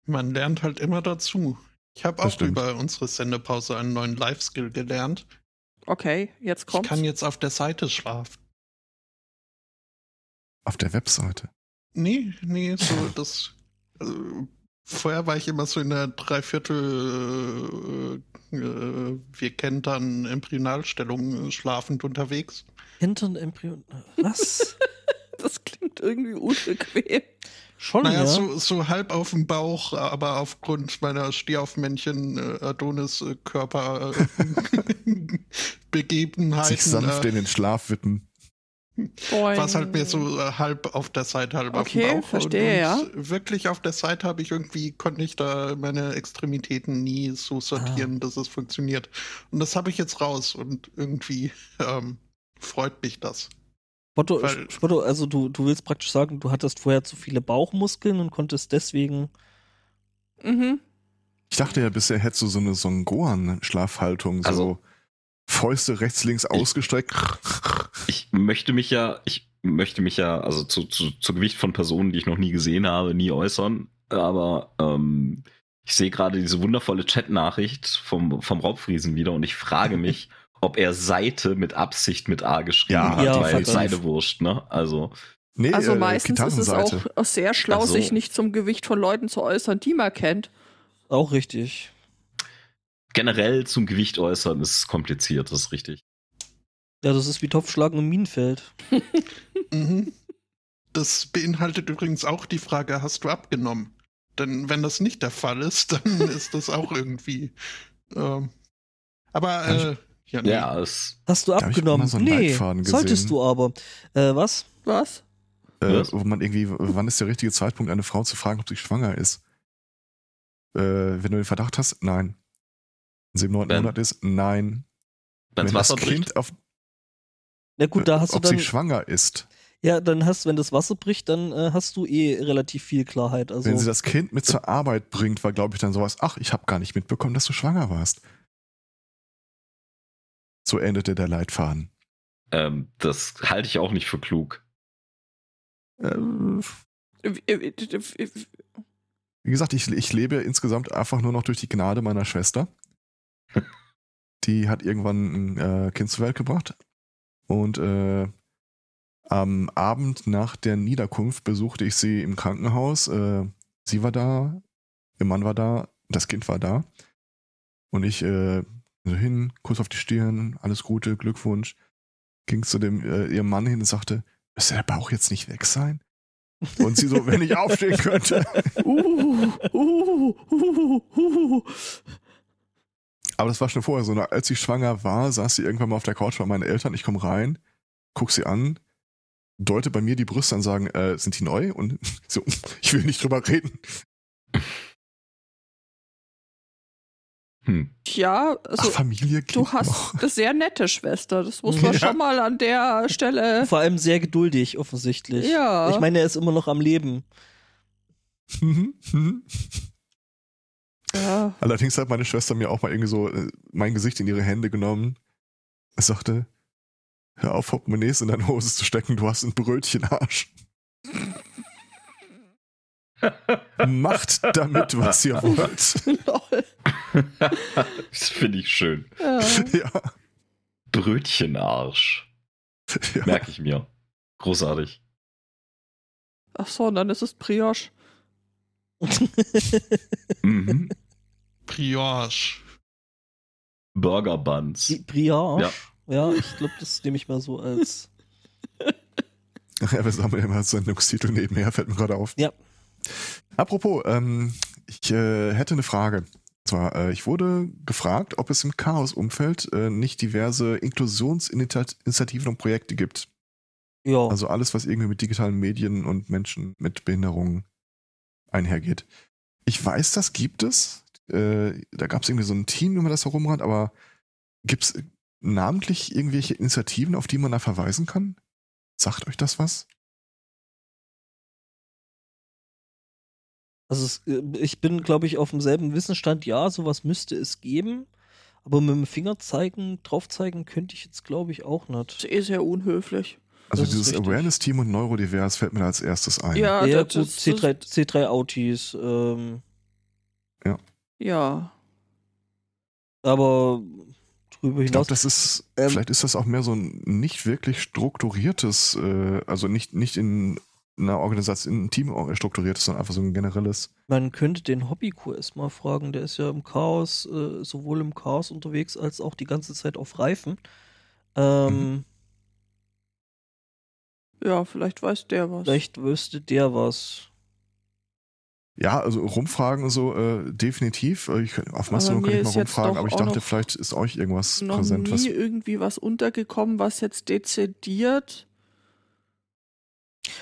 Man lernt halt immer dazu. Ich habe
Das
auch
stimmt.
über unsere Sendepause einen neuen Live-Skill gelernt.
Okay, jetzt
Ich
kommt's.
kann jetzt auf der Seite schlafen.
Auf der Webseite.
Nee, nee, so das. Also, vorher war ich immer so in der Dreiviertel. Äh, äh, wir kennen dann Embryonalstellung äh, schlafend unterwegs.
Hinton Embryon.
(laughs)
Was?
das klingt irgendwie unbequem. Oh,
Schon,
Naja,
ja.
so, so halb auf dem Bauch, aber aufgrund meiner Stehaufmännchen äh, Adonis-Körper äh, (laughs) Begebenheiten.
Sich sanft
äh,
in den Schlaf wippen.
war es halt mehr so äh, halb auf der Seite, halb auf
Okay,
dem Bauch.
verstehe,
und, und Wirklich auf der Seite habe ich irgendwie, konnte ich da meine Extremitäten nie so sortieren,
Ah.
dass es funktioniert. Und das habe ich jetzt raus und irgendwie ähm, freut mich das.
Spotto,
Weil-
Spotto, also du, du willst praktisch sagen, du hattest vorher zu viele Bauchmuskeln und konntest deswegen.
Mhm.
Ich dachte ja bisher hättest du so eine Songoan-Schlafhaltung, so
Also-
Fäuste rechts, links ausgestreckt.
Ich möchte mich ja, ich möchte mich ja, also zu, zu, zu Gewicht von Personen, die ich noch nie gesehen habe, nie äußern. Aber ähm, ich sehe gerade diese wundervolle Chat-Nachricht vom, vom Raubfriesen wieder und ich frage
(laughs)
mich, ob er Seite mit Absicht mit A geschrieben
Ja,
hat,
ja,
weil
verdammt.
Seidewurst, ne? Also,
Nee,
Also
äh,
meistens ist es
Gitarrenseite. Also
auch sehr schlau,
Ach so.
sich nicht zum Gewicht von Leuten zu äußern, die man kennt.
Auch richtig.
generell zum Gewicht äußern ist kompliziert, das ist richtig.
Ja, das ist wie Topfschlagen im Minenfeld.
Mhm. Das beinhaltet übrigens auch die Frage, hast du abgenommen? Denn wenn das nicht der Fall ist, (laughs) dann ist das auch irgendwie. Ähm, aber
Kann ich-
äh, ja, nee.
Ja, es,
Hast du
Da hab ich auch
abgenommen?
mal so einen
nee,
Leitfaden gesehen.
solltest du aber. Äh, was?
Was?
Äh,
Was?
wo man irgendwie, wann ist der richtige Zeitpunkt, eine Frau zu fragen, ob sie schwanger ist? Äh, wenn du den Verdacht hast, nein. Wenn sie im neunten
Wenn-
Monat ist, nein.
wenn's
wenn
Wasser
das
bricht.
Kind auf,
Na gut, da hast
Äh,
du
ob
dann.
sie schwanger ist.
Ja, dann hast wenn das Wasser bricht, dann äh, hast du eh relativ viel Klarheit. Also,
Wenn sie das Kind mit zur Arbeit bringt, war, glaube ich, dann sowas, ach, ich habe gar nicht mitbekommen, dass du schwanger warst. So endete der Leitfaden.
Ähm, das halte ich auch nicht für klug.
Ähm,
Wie
Wie gesagt, ich, ich lebe insgesamt einfach nur noch durch die Gnade meiner Schwester. Die hat irgendwann ein äh, Kind zur Welt gebracht. Und äh, am Abend nach der Niederkunft besuchte ich sie im Krankenhaus. Äh, sie war da, ihr Mann war da, das Kind war da. Und ich äh, so hin, Kuss auf die Stirn, alles Gute, Glückwunsch. Ging zu dem äh, ihrem Mann hin und sagte, müsste der Bauch jetzt nicht weg sein? Und sie so, wenn ich aufstehen könnte.
(laughs)
Uh, uh, uh, uh.
Aber das war schon vorher so. Na, Als ich schwanger war, saß sie irgendwann mal auf der Couch bei meinen Eltern. Ich komme rein, guck sie an, deute bei mir die Brüste an, sagen, äh, sind die neu? Und (laughs) so, ich will nicht drüber reden. (laughs)
Hm.
Ja, also
Ach, Familie geht
du hast
noch. (laughs)
eine sehr nette Schwester. Das muss man
Ja.
schon mal an der Stelle.
vor allem sehr geduldig, offensichtlich.
Ja.
Ich meine, er ist immer noch am
(laughs)
Leben.
Mhm, mhm.
Ja. (laughs)
Allerdings hat meine Schwester mir auch mal irgendwie so äh, mein Gesicht in ihre Hände genommen. Es sagte, hör auf, Portemonnaies in deine Hose zu stecken, du hast einen Brötchenarsch. Macht damit, was ihr wollt.
Lol.
das finde ich schön.
(laughs) Ja.
(laughs) ja,
Brötchenarsch,
ja.
merke ich mir. Großartig.
Ach so, und dann ist es Brioche.
Mhm.
Brioche.
Burger Buns.
Die Brioche. Ja, ich glaube, das nehme ich mal so als.
(laughs) Ja, wir sammeln immer Sendungstitel nebenher, fällt mir gerade auf.
Ja.
Apropos, ähm, ich äh, hätte eine Frage. Und zwar, äh, ich wurde gefragt, ob es im Chaos-Umfeld äh, nicht diverse Inklusionsinitiativen und Projekte gibt.
Ja.
Also alles, was irgendwie mit digitalen Medien und Menschen mit Behinderungen einhergeht. Ich weiß, das gibt es. Äh, da gab es irgendwie so ein Team, wenn man das herumrannt, aber gibt es namentlich irgendwelche Initiativen, auf die man da verweisen kann? Sagt euch das was?
Also es, äh, ich bin, glaube ich, auf demselben Wissensstand, ja, sowas müsste es geben. Aber mit dem Finger zeigen, drauf zeigen könnte ich jetzt, glaube ich, auch
Das
nicht.
ist eh sehr unhöflich.
Also
Das ist
dieses
richtig.
Awareness-Team und Neurodivers fällt mir da als erstes ein.
Ja,
ja,
das,
gut,
das, das,
C3, C3 Autis. Ähm,
ja.
aber drüber
ich glaube,
hinaus.
das ist,
Ähm,
vielleicht ist das auch mehr so ein nicht wirklich strukturiertes, äh, also nicht, nicht in einer Organisation, in einem Team strukturiertes, sondern einfach so ein generelles.
Man könnte den Hobby-QS mal fragen, der ist ja im Chaos, äh, sowohl im Chaos unterwegs als auch die ganze Zeit auf Reifen. Ähm,
Mhm.
Ja, vielleicht weiß der was.
Vielleicht wüsste der was.
Ja, also rumfragen und so, äh, definitiv. Äh, Ich, könnt- auf Mastodon
mir
kann ich mal
ist jetzt
rumfragen,
doch
aber ich
auch
dachte,
noch-
vielleicht ist euch irgendwas
noch
präsent,
nie
was
irgendwie was untergekommen, was jetzt dezidiert.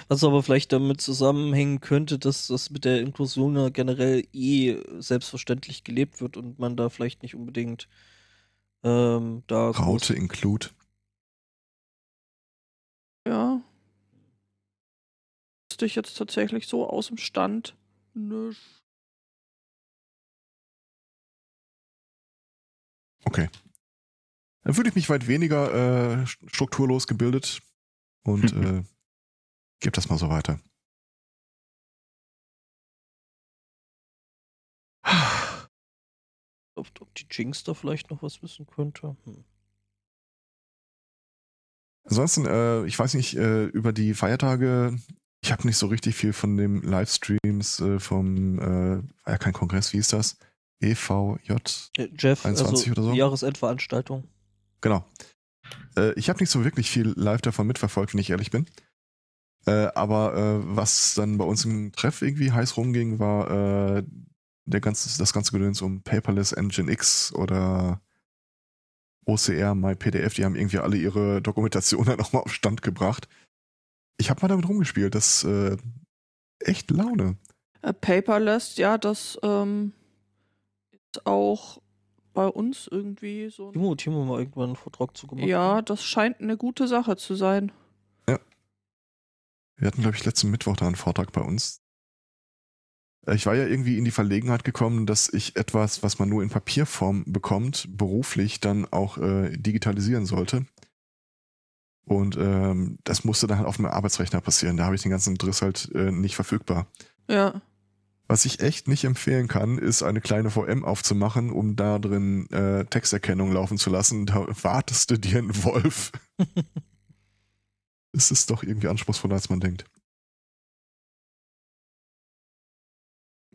Was aber vielleicht damit zusammenhängen könnte, dass das mit der Inklusion ja generell eh selbstverständlich gelebt wird und man da vielleicht nicht unbedingt ähm, da. groß-
Raute include.
Ja. wüsste ich jetzt tatsächlich so aus dem Stand nicht.
Okay. Dann fühle ich mich weit weniger äh, strukturlos gebildet und äh, gebe das mal so weiter.
Ob, ob die Jinx da vielleicht noch was wissen könnte? Hm.
Ansonsten, äh, ich weiß nicht, äh, über die Feiertage, ich habe nicht so richtig viel von den Livestreams äh, vom, äh, war ja kein Kongress, wie hieß das? E EVJ,
Äh,
21
Jeff, also
oder so?
die Jahresendveranstaltung.
genau. Äh, ich habe nicht so wirklich viel live davon mitverfolgt, wenn ich ehrlich bin. Äh, aber äh, was dann bei uns im Treff irgendwie heiß rumging, war äh, der ganze, das ganze Gedöns um Paperless Engine X oder OCR, MyPDF, die haben irgendwie alle ihre (laughs) Dokumentationen nochmal auf Stand gebracht. Ich habe mal damit rumgespielt, das äh, echt Laune.
Äh, Paperless, ja, das ähm, ist auch bei uns irgendwie so. Ein
Timo, Timo mal irgendwann einen Vortrag zu gemacht.
ja, das scheint eine gute Sache zu sein.
Wir hatten, glaube ich, letzten Mittwoch da einen Vortrag bei uns. Äh, Ich war ja irgendwie in die Verlegenheit gekommen, dass ich etwas, was man nur in Papierform bekommt, beruflich dann auch äh, digitalisieren sollte. Und ähm, das musste dann halt auf einem Arbeitsrechner passieren. Da habe ich den ganzen Driss halt äh, nicht verfügbar.
Ja.
Was ich echt nicht empfehlen kann, ist eine kleine VM aufzumachen, um da drin äh, Texterkennung laufen zu lassen. Da (laughs) wartest du dir einen Wolf. (laughs) es ist doch irgendwie anspruchsvoller, als man denkt.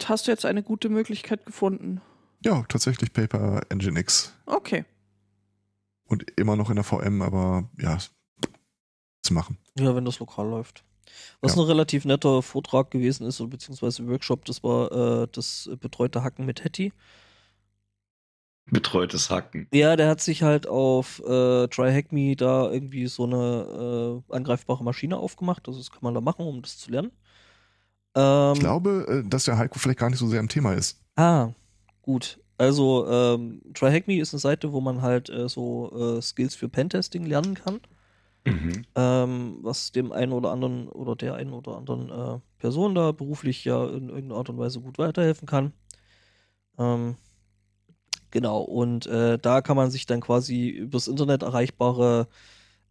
Hast du jetzt eine gute Möglichkeit gefunden?
Ja, tatsächlich Paper Engine X.
Okay.
Und immer noch in der VM, aber ja, zu machen.
(laughs) Ja, wenn das lokal läuft. Was
Ja.
ein relativ netter Vortrag gewesen ist, oder beziehungsweise Workshop, das war äh, das betreute Hacken mit Hetty.
Betreutes Hacken.
Ja, der hat sich halt auf äh, Try Hack Me da irgendwie so eine äh, angreifbare Maschine aufgemacht. Also das kann man da machen, um das zu lernen. Ähm,
Um
Ich glaube, äh, dass der Heiko vielleicht gar nicht so sehr im Thema ist.
Ah, gut. Also ähm, Try Hack Me ist eine Seite, wo man halt äh, so äh, Skills für Pentesting lernen kann.
Mhm.
ähm, was dem einen oder anderen oder der einen oder anderen äh, Person da beruflich ja in irgendeiner Art und Weise gut weiterhelfen kann. Ähm, genau, und äh, da kann man sich dann quasi übers Internet erreichbare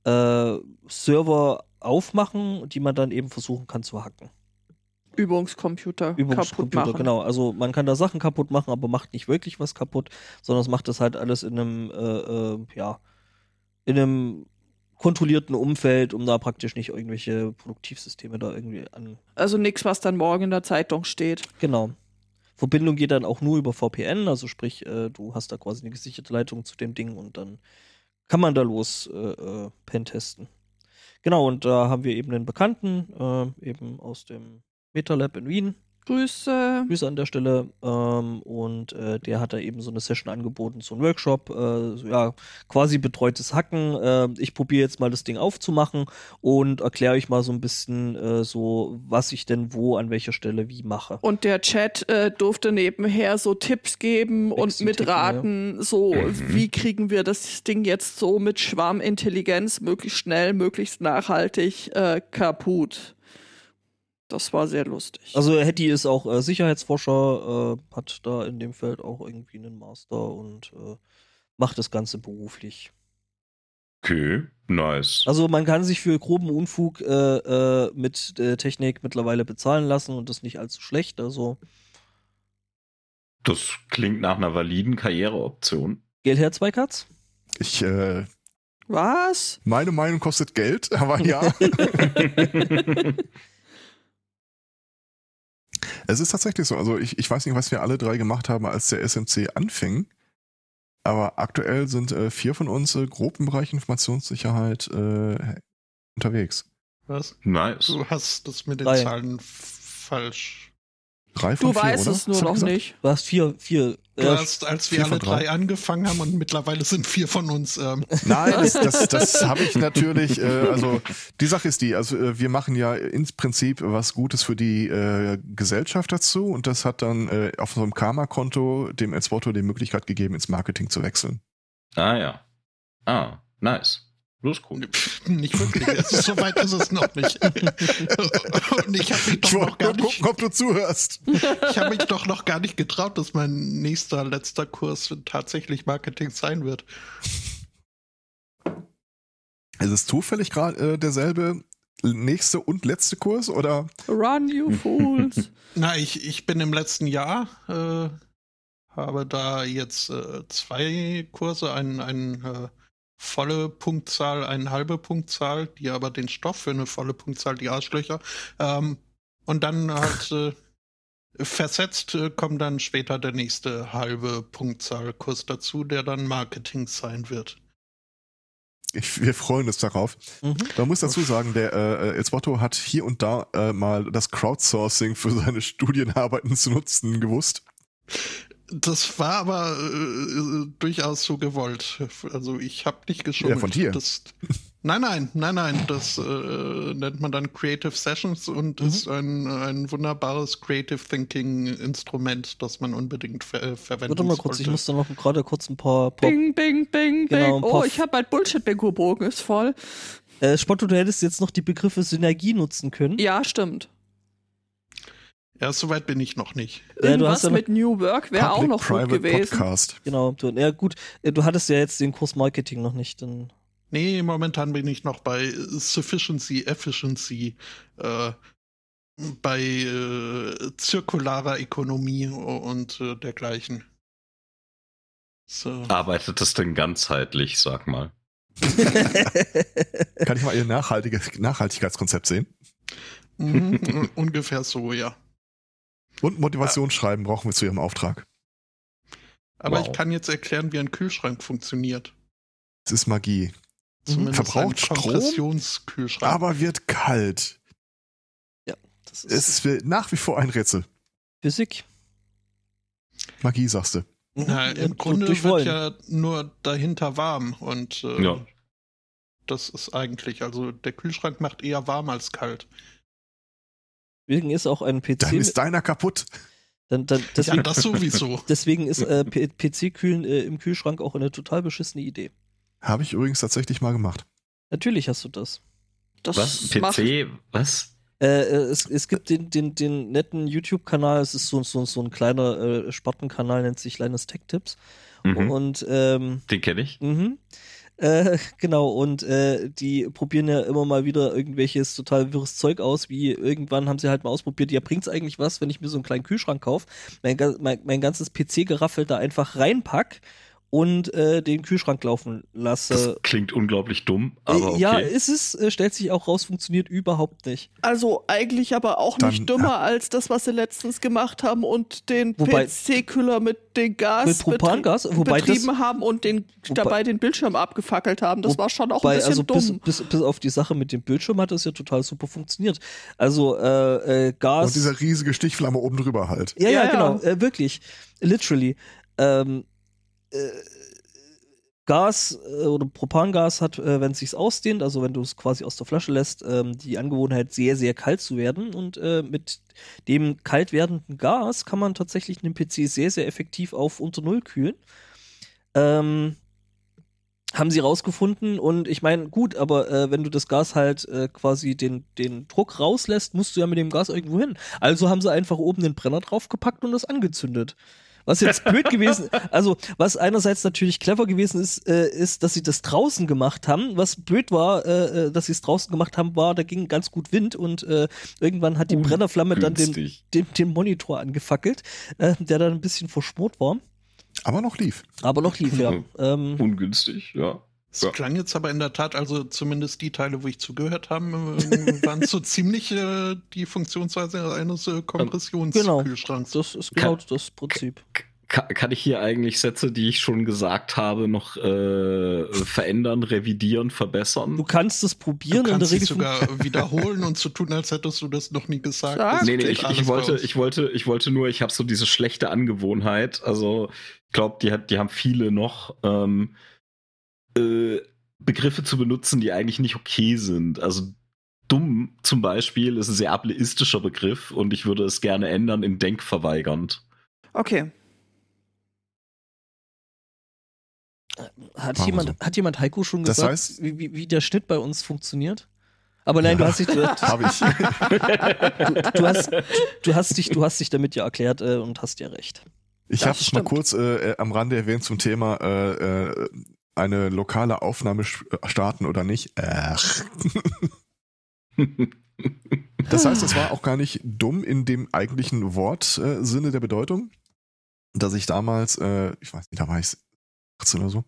äh, Server aufmachen, die man dann eben versuchen kann zu hacken.
Übungscomputer kaputt
Übungscomputer,
machen.
genau. Also man kann da Sachen kaputt machen, aber macht nicht wirklich was kaputt, sondern es macht das halt alles in einem, äh, äh, ja, in einem kontrollierten Umfeld, um da praktisch nicht irgendwelche Produktivsysteme da irgendwie an.
Also nichts, was dann morgen in der Zeitung steht.
Genau. Verbindung geht dann auch nur über VPN, also sprich, äh, du hast da quasi eine gesicherte Leitung zu dem Ding und dann kann man da los äh, äh, Pen testen. Genau, und da haben wir eben einen Bekannten, äh, eben aus dem MetaLab in Wien,
Grüße.
Grüße an der Stelle. Ähm, und äh, der hat da eben so eine Session angeboten, so einen Workshop, äh, so, ja, quasi betreutes Hacken. Ähm, ich probiere jetzt mal das Ding aufzumachen und erkläre euch mal so ein bisschen äh, so, was ich denn wo, an welcher Stelle wie mache.
Und der Chat äh, durfte nebenher so Tipps geben und
Wechseltippen,
mitraten, so
Mhm.
wie kriegen wir das Ding jetzt so mit Schwarmintelligenz möglichst schnell, möglichst nachhaltig äh, kaputt. Das war sehr lustig.
Also Hetty ist auch äh, Sicherheitsforscher, äh, hat da in dem Feld auch irgendwie einen Master und äh, macht das Ganze beruflich.
Okay, nice.
Also man kann sich für groben Unfug äh, äh, mit äh, Technik mittlerweile bezahlen lassen und das nicht allzu schlecht. Also
Das klingt nach einer validen Karriereoption.
Geld her, zwei Katz.
Ich, äh,
Was?
meine Meinung kostet Geld, (laughs) aber
(laughs)
ja.
(laughs)
es ist tatsächlich so. Also ich, ich weiß nicht, was wir alle drei gemacht haben, als der SMC anfing. Aber aktuell sind äh, vier von uns äh, grob im Bereich Informationssicherheit äh, unterwegs.
Was?
nice.
Du hast das mit den
Drei.
Zahlen f- falsch.
Drei von
Du
vier,
weißt
oder?
es nur
Was hab ich
noch
gesagt?
nicht.
Du hast vier, vier.
Du
äh,
hast, als wir
vier von
alle
drei.
drei angefangen haben und mittlerweile sind vier von uns. Ähm,
Nein, das,
(laughs)
das, das habe ich natürlich. Äh, also die Sache ist die, also äh, wir machen ja ins Prinzip was Gutes für die äh, Gesellschaft dazu und das hat dann äh, auf so einem Karma-Konto dem Elspoto die Möglichkeit gegeben, ins Marketing zu wechseln.
Ah ja. Ah, nice. Das ist cool.
Nicht wirklich. Also, so weit ist es noch nicht. (laughs) Und ich habe mich,
Ich
doch noch
wollte
gar
nur
nicht-
gucken, ob du zuhörst.
ich hab mich doch noch gar nicht getraut, dass mein nächster, letzter Kurs tatsächlich Marketing sein wird.
Es ist zufällig gerade äh, derselbe nächste und letzte Kurs oder
Run, you fools.
Na, ich, ich bin im letzten Jahr, äh, habe da jetzt äh, zwei Kurse, einen, einen äh, volle Punktzahl, eine halbe Punktzahl, die aber den Stoff für eine volle Punktzahl, die Arschlöcher. Ähm, und dann halt äh, versetzt äh, kommt dann später der nächste halbe Punktzahl-Kurs dazu, der dann Marketing sein wird.
ich, wir freuen uns darauf.
Mhm.
Man muss dazu sagen, der äh, äh, Elsbotto hat hier und da äh, mal das Crowdsourcing für seine Studienarbeiten zu nutzen gewusst.
Das war aber äh, äh, durchaus so gewollt. Also ich habe nicht geschummelt.
Ja, von dir.
Das, nein, nein, nein, nein. Das äh, nennt man dann Creative Sessions und
Mhm.
ist ein, ein wunderbares Creative Thinking Instrument, das man unbedingt ver äh, verwenden
Warte mal kurz, ich muss da noch gerade kurz ein paar. paar
bing, bing, bing, bing.
Genau, ein
oh,
paar-
ich habe mein Bullshit-Bingo-Bogen, ist voll.
äh, Spotto, du hättest jetzt noch die Begriffe Synergie nutzen können.
Ja, stimmt.
Ja, soweit bin ich noch nicht.
du
Irgendwas
hast ja noch-
mit New Work wäre auch noch gut gewesen.
Podcast.
Genau. Du, ja, gut. Äh, du hattest ja jetzt den Kurs Marketing noch nicht. Dann
Nee, momentan bin ich noch bei Sufficiency, Efficiency, äh, bei äh, zirkularer Ökonomie und äh, dergleichen. So.
Arbeitet das denn ganzheitlich, sag mal?
Kann ich mal Ihr nachhaltiges Nachhaltigkeitskonzept sehen?
Mhm, (laughs) ungefähr so, ja.
Und Motivationsschreiben brauchen wir zu Ihrem Auftrag.
Aber
Wow.
ich kann jetzt erklären, wie ein Kühlschrank funktioniert.
Es ist Magie. Verbraucht Strom?
Kompressionskühlschrank.
Aber wird kalt.
das ist
Es ist nach wie vor ein Rätsel.
Physik.
Magie, sagst du.
Na,
Ja,
im Grunde
oh, durch
wird
Wollen.
ja nur dahinter warm und äh,
Ja.
das ist eigentlich, also der Kühlschrank macht eher warm als kalt.
Deswegen ist auch ein PC.
Dann ist deiner kaputt.
dann, dann,
Ja,
deswegen,
das sowieso.
deswegen ist äh, PC-Kühlen äh, im Kühlschrank auch eine total beschissene Idee.
Habe ich übrigens tatsächlich mal gemacht.
Natürlich hast du das.
Das
Was?
macht-
PC? Was?
Äh, äh, es, es gibt den, den, den netten YouTube-Kanal, es ist so, so, so ein kleiner äh, Spartenkanal, nennt sich Linus Tech Tips.
Mhm.
Und ähm,
Den kenne ich.
mhm. Äh, (laughs) genau, und äh, die probieren ja immer mal wieder irgendwelches total wirres Zeug aus, wie irgendwann haben sie halt mal ausprobiert, ja, bringt's eigentlich was, wenn ich mir so einen kleinen Kühlschrank kaufe, mein, ga- mein, mein ganzes PC-Geraffel da einfach reinpack und äh, den Kühlschrank laufen
Das
lasse.
klingt unglaublich dumm, aber okay.
Ja, ist es, äh, stellt sich auch raus, funktioniert überhaupt nicht.
Also eigentlich aber auch
Dann-
nicht dümmer als das, was sie letztens gemacht haben und den
Wobei-
PC-Kühler mit dem Gas
Mit Propangas?
betrie-
Wobei das-
betrieben haben und den,
Wobei-
dabei den Bildschirm abgefackelt haben. Das war schon auch
Wobei,
ein bisschen
also
dumm.
Bis, bis, bis auf die Sache mit dem Bildschirm hat das ja total super funktioniert. Also äh, äh, Gas.
Und dieser riesige Stichflamme oben drüber halt.
ja, ja,
Ja, ja.
genau, äh, wirklich. Literally. Ähm, äh, Gas äh, oder Propangas hat, äh, wenn es sich ausdehnt, also wenn du es quasi aus der Flasche lässt, ähm, die Angewohnheit, sehr, sehr kalt zu werden. Und äh, mit dem kalt werdenden Gas kann man tatsächlich einen PC sehr, sehr effektiv auf unter Null kühlen. Ähm, haben sie rausgefunden und ich meine, gut, aber äh, wenn du das Gas halt äh, quasi den, den Druck rauslässt, musst du ja mit dem Gas irgendwo hin. Also haben sie einfach oben den Brenner draufgepackt und das angezündet. Was jetzt blöd gewesen, also was einerseits natürlich clever gewesen ist, äh, ist, dass sie das draußen gemacht haben. Was blöd war, äh, äh, dass sie es draußen gemacht haben, war, da ging ganz gut Wind und äh, irgendwann hat die Brennerflamme dann den,
Günstig.
den, den Monitor angefackelt, äh, der dann ein bisschen verschmort war,
Aber noch lief.
aber noch lief, ja.
Mhm.
Ähm,
Ungünstig, ja.
Es
Ja.
klang jetzt aber in der Tat, also zumindest die Teile, wo ich zugehört habe, äh, waren so ziemlich äh, die Funktionsweise eines
Ähm,
äh, Kompressionskühlschranks.
das ist genau das Prinzip.
Ka- Kann ich hier eigentlich Sätze, die ich schon gesagt habe, noch äh, verändern, revidieren,
Du
verbessern?
kannst es
Du
probieren in der
kannst sie
Regel.
sogar wiederholen und so tun, als hättest du das noch nie gesagt.
Sag.
Das
Nee, nee,
steht
ich,
alles bei
ich, wollte,
uns.
ich, wollte, ich wollte nur, ich habe so diese schlechte Angewohnheit, also ich glaube, die, hat- die haben viele noch, ähm, äh, Begriffe zu benutzen, die eigentlich nicht okay sind. Also dumm zum Beispiel ist ein sehr ableistischer Begriff und ich würde es gerne ändern in denkverweigernd.
Okay.
Hat
Machen wir
jemand,
so.
hat jemand Heiko schon
Das
gesagt,
heißt-
wie, wie, wie der Schnitt bei uns funktioniert? Aber nein, du hast dich, du,
Habe ich.
du, hast, du hast dich, du hast dich damit ja erklärt äh, und hast ja recht.
Ich
Das
habe es mal
stimmt.
kurz äh, äh, am Rande erwähnt zum Thema äh, äh, eine lokale Aufnahme sch- äh, starten oder nicht.
(laughs)
Ach. Das heißt, es war auch gar nicht dumm in dem eigentlichen Wortsinne äh, Sinne der Bedeutung, dass ich damals, äh, ich weiß nicht, da war ich 18 oder so,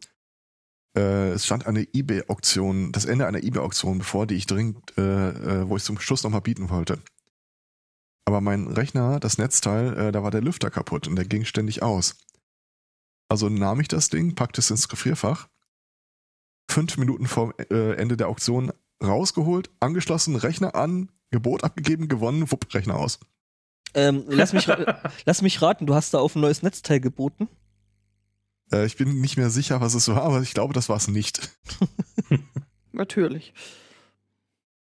äh, es stand eine eBay-Auktion, das Ende einer eBay-Auktion bevor, die ich dringend, äh, äh, wo ich zum Schluss nochmal bieten wollte. Aber mein Rechner, das Netzteil, äh, da war der Lüfter kaputt und der ging ständig aus. Also nahm ich das Ding, packte es ins Gefrierfach, fünf Minuten vor äh, Ende der Auktion rausgeholt, angeschlossen, Rechner an, Gebot abgegeben, gewonnen, wupp, Rechner aus.
Ähm, lass, mich, ra- lass mich raten, du hast da auf ein neues Netzteil geboten.
Äh, ich bin nicht mehr sicher, was es war, aber ich glaube, das war es nicht.
Natürlich.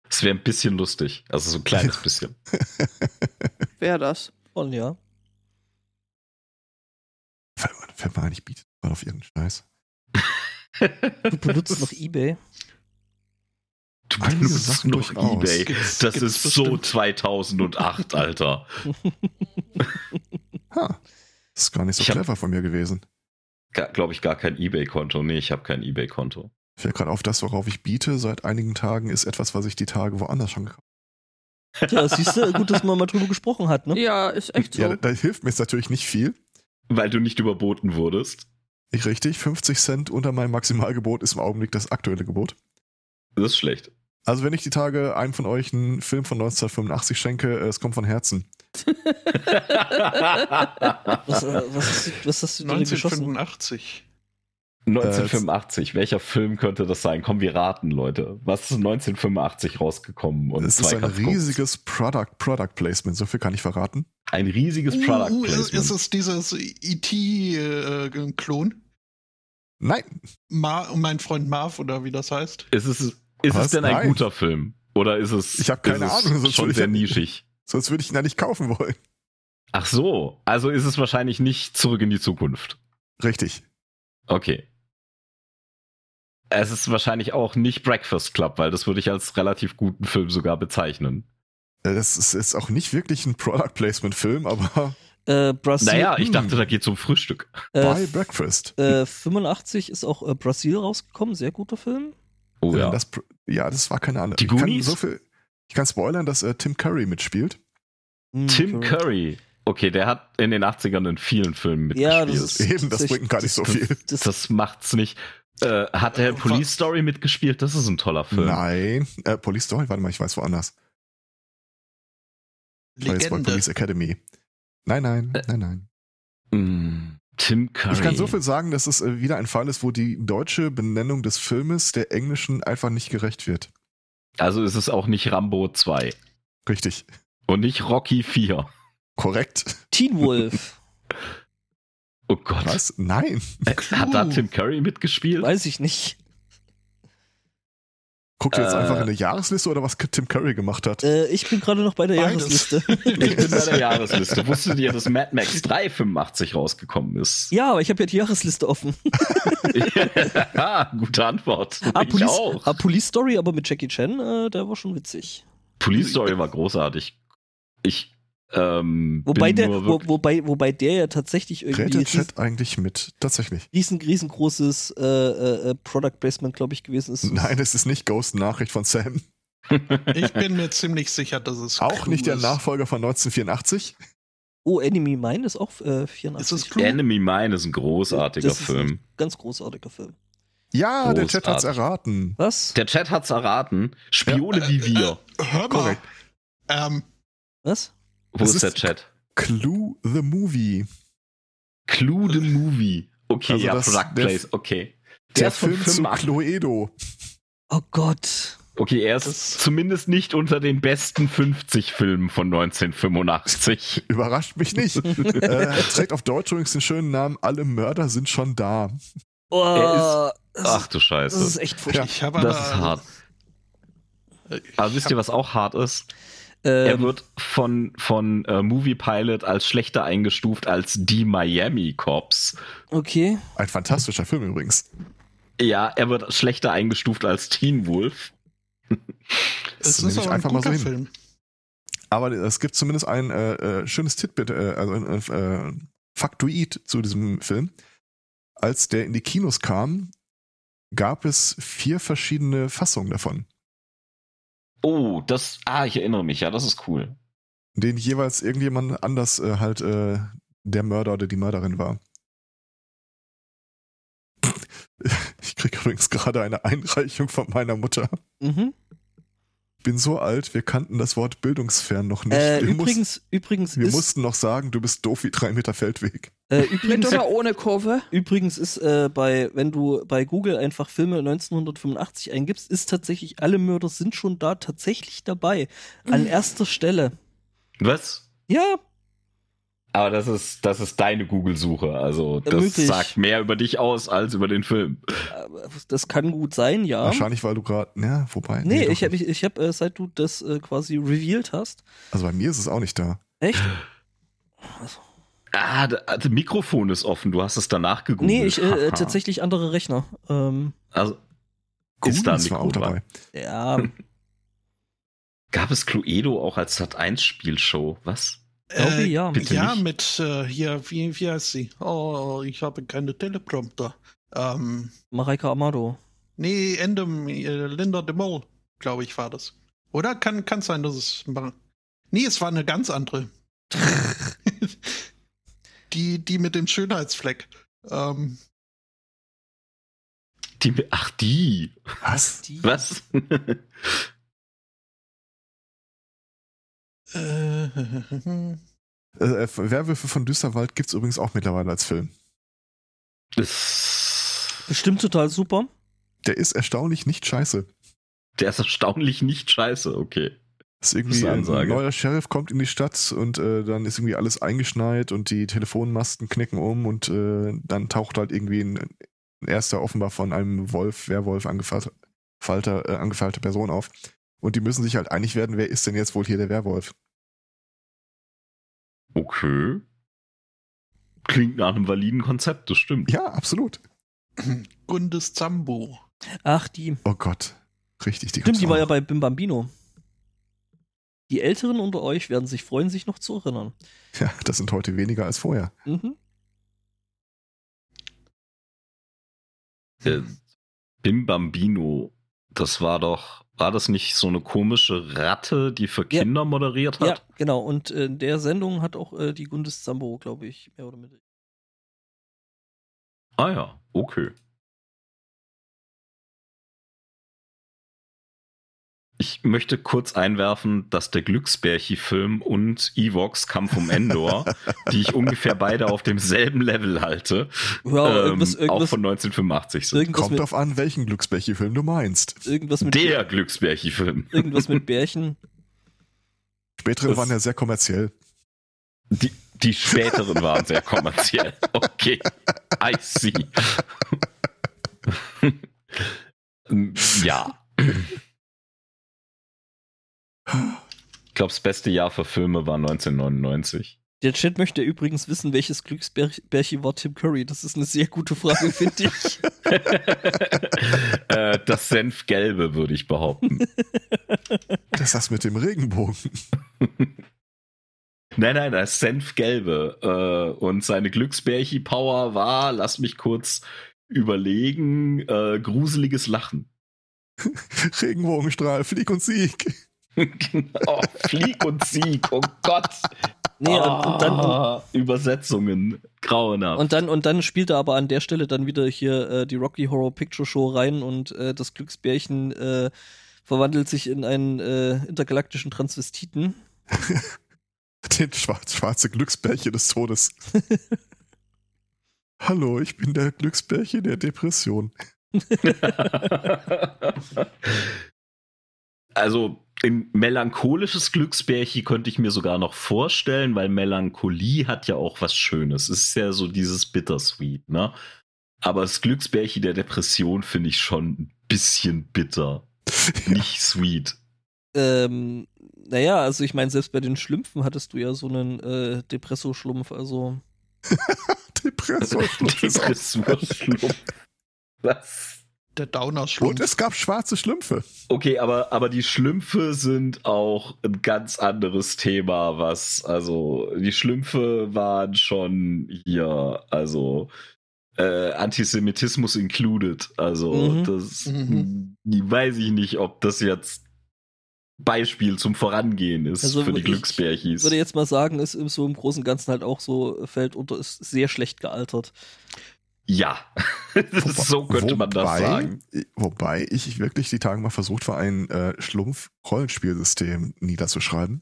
Es wäre ein bisschen lustig. Also so ein kleines bisschen.
Wer das?
Und Oh, ja.
Fällt mir- Fällt mir ein, ich biete mal auf irgendeinen Scheiß.
Du benutzt noch Ebay.
Du
Einige
benutzt
Sachen
noch
durchaus.
eBay.
Gibt's-
das
gibt's
ist so
bestimmt.
2008, Alter.
Ha, das ist gar nicht so
Ich hab-
clever von mir gewesen.
Glaube ich gar kein eBay-Konto. Nee, ich habe kein eBay-Konto.
Fällt gerade auf, das, worauf ich biete, seit einigen Tagen ist etwas, was ich die Tage woanders schon gekauft habe.
Ja, siehst du, gut, dass man mal drüber gesprochen hat, ne?
Ja, ist echt so.
Ja, da, da hilft mir jetzt natürlich nicht viel.
Weil du nicht überboten wurdest.
Ich richtig, 50 Cent unter meinem Maximalgebot ist im Augenblick das aktuelle Gebot.
Das ist schlecht.
Also wenn ich die Tage einem von euch einen Film von 1985 schenke, äh, es kommt von Herzen.
Was, äh, was, hast, du- was hast du denn geschossen?
1985.
1985, welcher Film könnte das sein? Komm, wir raten, Leute. Was ist 1985 rausgekommen? Und
es ist ein
Zweikampf guckt?
riesiges Product, Product Placement, so viel kann ich verraten.
ein riesiges Product
Uh, ist,
Placement.
ist es dieses E äh, IT-Klon?
Nein,
Mar mein Freund Marv oder wie das heißt?
Ist es, ist
Was?
es denn ein
Nein.
guter Film? Oder ist es,
Ich hab keine
ist es
Ahnung, sonst
schon
würde ich
sehr
ja-
nischig?
sonst würde ich ihn ja nicht kaufen wollen.
Ach so, also ist es wahrscheinlich nicht Zurück in die Zukunft.
Richtig.
Okay. Es ist wahrscheinlich auch nicht Breakfast Club, weil das würde ich als relativ guten Film sogar bezeichnen.
Äh, Das ist, ist auch nicht wirklich ein Product Placement Film, aber
Äh, Brasil,
Naja, ich
hm.
dachte, da geht's um Frühstück.
by
äh,
Breakfast.
äh, 85 ist auch äh, Brasil rausgekommen, sehr guter Film.
Oh
Äh,
ja.
Das, pr- ja, das war keine Ahnung.
Die
ich kann
Goonies?
so viel. Ich kann spoilern, dass äh, Tim Curry mitspielt.
Hm,
Tim Curry. Okay, der hat in den 80ern in vielen Filmen mitgespielt.
Ja, das ist
Eben, das bringt gar nicht so viel.
Das, das,
Das macht's nicht. Äh, hat er in
Äh,
Police
was-
Story mitgespielt? Das ist ein toller Film.
Nein. Äh, Police Story, warte mal, ich weiß woanders. Ich war jetzt bei
Legende. (laughs)
Police Academy. Nein, nein, nein, nein.
Mm, Tim Curry.
Ich kann so viel sagen, dass es äh, wieder ein Fall ist, wo die deutsche Benennung des Filmes der englischen einfach nicht gerecht wird.
Also ist es auch nicht Rambo 2
Richtig.
und nicht Rocky 4.
Korrekt.
Teen Wolf,
(laughs) Oh Gott.
Was? Nein.
Äh, Hat da Tim Curry mitgespielt?
weiß ich nicht.
Guckt ihr jetzt
Äh.
einfach in eine Jahresliste oder was Tim Curry gemacht hat?
Äh, ich bin gerade noch bei der
Beides.
Jahresliste.
(laughs) Ich bin bei der Jahresliste. Wusstet ihr, dass Mad Max 3 85 rausgekommen (laughs) ist?
ja, aber ich habe ja die Jahresliste offen.
Ja, Gute Antwort.
Ah,
ich
Police,
auch.
ah, Police Story, aber mit Jackie Chan, äh, der war schon witzig.
Police Story war großartig. Ich ähm,
Wobei
bin
der,
nur
wo,
wirklich-
wobei, wobei der ja tatsächlich irgendwie
Redet
riesen,
Chat eigentlich mit? Tatsächlich.
riesen, riesengroßes äh, äh, äh, Product Placement, glaube ich, gewesen ist.
Nein, es ist nicht Ghost Nachricht von Sam.
Ich bin mir ziemlich sicher, dass es
Auch
Clue
nicht der
ist.
Nachfolger von 1984.
Oh, Enemy Mine ist auch äh, 84.
Ist es Clue?
Enemy Mine ist ein großartiger
Das ist ein
Film.
Ganz großartiger Film.
Ja, der Chat hat's
Großartig.
erraten.
Was?
Der Chat hat's erraten. Spione
Äh,
wie wir.
Äh, hör mal.
Korrekt.
Ähm,
Was?
Wo
das ist-
ist, der Chat?
Clue the Movie.
Clue the
Äh,
Movie. Okay,
Also
ja,
das-
Product
der-
Place. Okay. Der,
Der
ist von
Film zu
85.
Cluedo.
Oh Gott.
Okay, er ist
Das-
zumindest nicht unter den besten 50 Filmen von 1985.
Überrascht mich nicht. äh, trägt auf Deutsch übrigens den schönen Namen Alle Mörder sind schon da.
Oh,
Er
das,
Ach du
das ist
Scheiße.
echt furchtbar.
ich habe aber.
Das ist hart.
Ich
Aber wisst ihr, was auch hart ist? Er
Ähm,
wird von, von äh, Movie Pilot als schlechter eingestuft als die Miami Cops.
okay.
Ein fantastischer Film übrigens.
Ja, er wird schlechter eingestuft als Teen Wolf.
Es
nehme
ist
ich
aber ein
einfach mal so
guter
hin.
Film.
Aber es gibt zumindest ein äh, äh, schönes Titbit, äh, also ein äh, Faktoid zu diesem Film. Als der in die Kinos kam, gab es vier verschiedene Fassungen davon,
Oh, das. Ah, ich erinnere mich, ja, das ist cool.
in denen jeweils irgendjemand anders äh, halt äh, der Mörder oder die Mörderin war. (laughs) Ich kriege übrigens gerade eine Einreichung von meiner Mutter.
Mhm.
Bin so alt, wir kannten das Wort bildungsfern noch nicht.
Äh,
wir mussten,
übrigens, übrigens
wir
ist,
mussten noch sagen, du bist doof wie drei Meter Feldweg. (laughs)
äh,
Mit
übrigens,
oder ohne Kurve?
übrigens ist äh, bei, wenn du bei Google einfach Filme 1985 eingibst, ist tatsächlich, alle Mörder sind schon da tatsächlich dabei.
Mhm.
An erster Stelle.
Was?
Ja,
Aber das ist, das ist deine Google-Suche. Also,
Ja,
das
möglich.
sagt mehr über dich aus als über den Film.
äh, das kann gut sein, ja.
Wahrscheinlich, weil du gerade, ja, wobei.
Nee,
doch
ich habe
nicht.
ich, ich hab, äh, seit du das äh, quasi revealed hast.
Also bei mir ist es auch nicht da.
Echt?
Ah, da- das Mikrofon ist offen. Du hast es danach gegoogelt.
Nee, ich äh,
Haha.
tatsächlich andere Rechner. Ähm,
Also, ist da ein
Goonies war
Mikro
auch dabei.
ja,
Äh,
Gab es Cluedo auch als Sat1-Spielshow? Was?
Äh,
glaube ja.
bitte
ja,
nicht.
mit äh, hier, wie, wie heißt sie? Oh, ich habe keine Teleprompter. Ähm,
Mareike Amado.
nee, Endem, äh, Linda de Mol, glaube ich, war das. Oder kann, kann sein, dass es. Mar- Nee, es war eine ganz andere. (laughs) die, die mit dem Schönheitsfleck. Ähm,
Die, ach, die.
Was?
Die-
Was? (laughs)
äh, (laughs)
Äh, äh, Werwölfe von Düsterwald gibt es übrigens auch mittlerweile als Film.
Das-
Bestimmt total super.
Der ist erstaunlich nicht scheiße.
Der ist erstaunlich nicht scheiße. Okay.
Ist irgendwie
ist eine
ein
Ansage.
neuer Sheriff kommt in die Stadt und äh, dann ist irgendwie alles eingeschneit und die Telefonmasten knicken um und äh, dann taucht halt irgendwie ein, ein erster offenbar von einem Wolf, Werwolf angefalter, Falter, äh, angefallte Person auf. Und die müssen sich halt einig werden, wer ist denn jetzt wohl hier der Werwolf?
Okay. Klingt nach einem validen Konzept, das stimmt.
Ja, absolut.
Gundes Zambo.
Ach, die.
Oh Gott. Richtig, die
Stimmt,
gab's
die war
auch.
ja bei Bim Bambino. Die Älteren unter euch werden sich freuen, sich noch zu erinnern.
Ja, das sind heute weniger als vorher.
Mhm.
Äh, Bim Bambino, das war doch, war das nicht so eine komische Ratte, die für
Ja.
Kinder moderiert
Ja,
hat?
genau. Und äh, in der Sendung hat auch äh, die Gundis Zambo, glaube ich, mehr oder minder.
Ah ja, okay. Ich möchte kurz einwerfen, dass der Glücksbärchi-Film und Evox Kampf um Endor, die ich ungefähr beide auf demselben Level halte,
Ja,
ähm,
irgendwas,
auch
irgendwas,
von 1985 sind.
irgendwas,
Kommt
mit,
drauf an, welchen Glücksbärchen-Film du meinst.
irgendwas mit
Der Glücksbärchi-Film.
irgendwas mit Bärchen.
Spätere
Das-
waren ja sehr kommerziell.
Die, die späteren waren sehr kommerziell. Okay. I see. (laughs) ja. Ich glaube, das beste Jahr für Filme war 1999.
Der Chat möchte übrigens wissen, welches Glücksbärchen war Tim Curry. Das ist eine sehr gute Frage, finde ich.
äh, das Senfgelbe, würde ich behaupten.
Das ist das mit dem Regenbogen. (laughs)
Nein, nein, das Senfgelbe. Äh, und seine Glücksbärchi-Power war, lass mich kurz überlegen, äh, gruseliges Lachen. (laughs)
Regenbogenstrahl, Flieg und Sieg.
oh, Flieg und Sieg, oh Gott.
(laughs) Nee, und, und dann, und,
Ah, Übersetzungen. Grauenhaft.
Und dann, und dann spielt er aber an der Stelle dann wieder hier äh, die Rocky Horror Picture Show rein und äh, das Glücksbärchen äh, verwandelt sich in einen äh, intergalaktischen Transvestiten.
Den schwarz, schwarze Glücksbärchen des Todes. Hallo, ich bin der Glücksbärchen der Depression. (laughs)
(laughs) also ein melancholisches Glücksbärchi könnte ich mir sogar noch vorstellen, weil Melancholie hat ja auch was Schönes. Es ist ja so dieses Bittersweet, ne? Aber das Glücksbärchi der Depression finde ich schon ein bisschen bitter. Nicht sweet.
Ähm, naja, also ich meine, selbst bei den Schlümpfen hattest du ja so einen äh, Depresso-Schlumpf, also.
Depression.
Depressurschlumpf. Was?
der
Und
Downer-Schlumpf.
es gab schwarze Schlümpfe.
Okay, aber, aber die Schlümpfe sind auch ein ganz anderes Thema, was, also, die Schlümpfe waren schon hier, also, äh, Antisemitismus included, also,
Mhm.
das,
Mhm.
die weiß ich nicht, ob das jetzt Beispiel zum Vorangehen ist
Also,
für die
ich Ich
Glücksbärchis.
würde jetzt mal sagen, ist im- so im Großen und Ganzen halt auch so, fällt unter, ist sehr schlecht gealtert.
Ja, (laughs) Das ist- so könnte man das
Wobei-
sagen.
Wobei ich wirklich die Tage mal versucht war, ein äh, Schlumpf-Rollenspielsystem niederzuschreiben.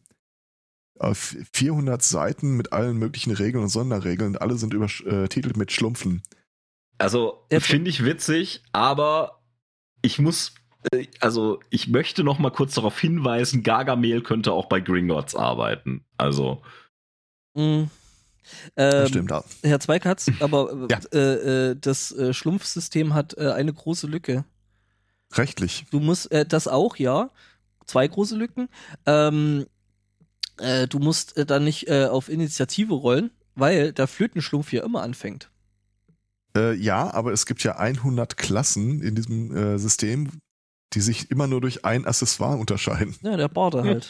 Auf 400 Seiten mit allen möglichen Regeln und Sonderregeln. Alle sind übertitelt mit Schlumpfen.
Also
Ja,
finde ich witzig, aber ich muss, äh, also ich möchte noch mal kurz darauf hinweisen, Gargamel könnte auch bei Gringotts arbeiten. Also
Mhm.
Das
Ähm,
stimmt auch.
Herr Zweikatz, aber
Ja.
äh, äh, das äh, Schlumpfsystem hat äh, eine große Lücke.
Rechtlich.
Du musst äh, das auch, ja. Zwei große Lücken. Ähm, äh, du musst äh, dann nicht äh, auf Initiative rollen, weil der Flötenschlumpf ja immer anfängt.
Äh, ja, aber es gibt ja 100 Klassen in diesem äh, System, die sich immer nur durch ein Accessoire unterscheiden.
Ja, der Barde halt.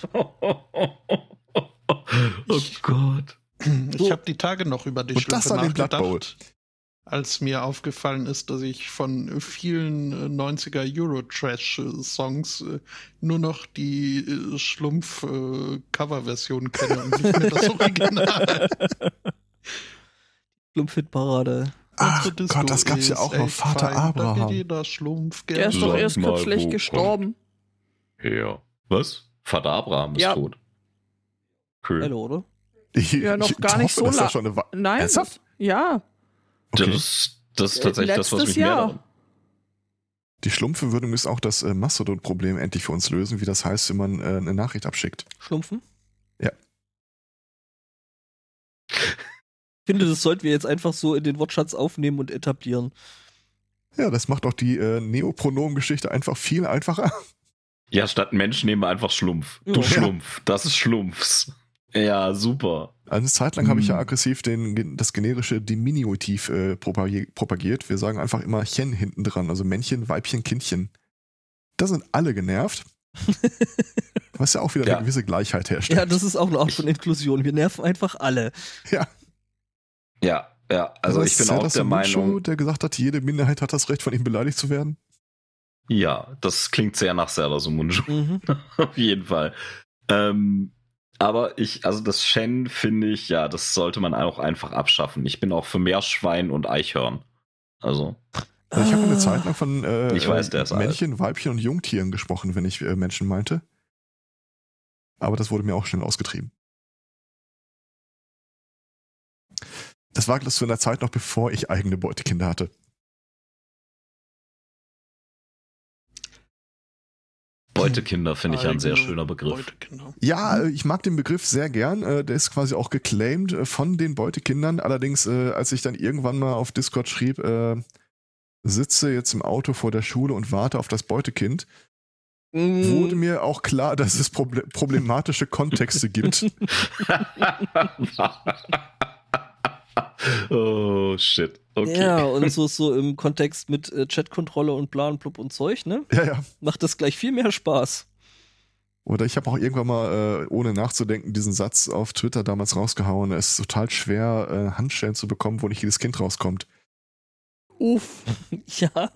Oh
Ich-
Gott.
Mhm. Ich habe die Tage noch über die
Und
Schlümpfe
das an den Blood Bowl.
nachgedacht, als mir aufgefallen ist, dass ich von vielen äh, 90er Euro-Trash-Songs äh, nur noch die äh, Schlumpf-Cover-Version kenne und nicht
(laughs)
mehr das Original.
Schlumpfhit-Parade.
Ach
Unsere Disco
Gott, das gab's ja
ist
auch noch.
echt
Vater
fein, Da geht
Abraham.
jeder Schlumpf
Der
gerne.
ist doch
Sag
erst
mal, wo
kürzlich
kommt-
gestorben.
Ja. Was? Vater Abraham ist
Ja.
tot. Okay.
Hallo, oder?
Ich,
Ja, noch gar nicht so
das ist ja
lang.
schon eine Wa
Nein,
Ernsthaft?
ja.
okay.
Das, das ist
Äh,
tatsächlich das, was
letztes
mich
Jahr.
mehr daran.
Die Schlumpfwürdigung ist auch das äh, Mastodon-Problem endlich für uns lösen, wie das heißt, wenn man äh, eine Nachricht abschickt.
Schlumpfen?
Ja.
Ich finde, das sollten wir jetzt einfach so in den Wortschatz aufnehmen und etablieren.
Ja, das macht auch die äh, Neopronomen-Geschichte einfach viel einfacher. (laughs)
Ja, statt Mensch nehmen wir einfach Schlumpf.
Ja.
Du Schlumpf, das ist Schlumpfs. Ja, super.
Also Eine Zeit lang habe ich ja
Hm.
aggressiv den, das generische Diminutiv äh, propagi- propagiert. Wir sagen einfach immer Chen hinten dran, also Männchen, Weibchen, Kindchen. Da sind alle
(laughs)
genervt. was ja auch wieder
Ja.
eine gewisse Gleichheit herstellt.
Ja, das ist auch eine Art von Inklusion. Wir nerven einfach alle.
Ja, ja, also
Aber
ich
ist
bin
ja
auch
das
der
Mundschuh,
Meinung,
der gesagt hat, jede Minderheit hat das Recht, von ihm beleidigt zu werden.
Ja, das klingt sehr nach Zelda Sumunju,
Mhm.
(laughs) auf jeden Fall. Ähm, aber ich, also das Shen finde ich, ja, das sollte man auch einfach abschaffen. Ich bin auch für Meerschwein und Eichhörn. Also,
Also ich habe eine
Ah.
Zeit lang von äh,
Ich weiß, der ist alt.
Männchen, Weibchen und Jungtieren gesprochen, wenn ich äh, Menschen meinte. Aber das wurde mir auch schnell ausgetrieben. Das war das zu einer Zeit noch, bevor ich eigene Beutekinder hatte.
Beutekinder finde ich ja ein sehr
Eigene
schöner Begriff.
genau. Beutekinder.
Ja, äh, ich mag den Begriff sehr gern. äh, Der ist quasi auch geclaimed äh, von den Beutekindern. Allerdings, äh, als ich dann irgendwann mal auf Discord schrieb, äh, sitze jetzt im Auto vor der Schule und warte auf das Beutekind,
Mhm.
wurde mir auch klar, dass es proble problematische Kontexte gibt.
oh, shit. Okay.
Ja, (laughs) und so, so im Kontext mit äh, Chatkontrolle und bla und blub und Zeug, ne?
Ja, ja.
Macht das gleich viel mehr Spaß.
Oder ich habe auch irgendwann mal, äh, ohne nachzudenken, diesen Satz auf Twitter damals rausgehauen. Es ist total schwer, äh, Handschellen zu bekommen, wo nicht jedes Kind rauskommt.
Uff.
(laughs) Ja.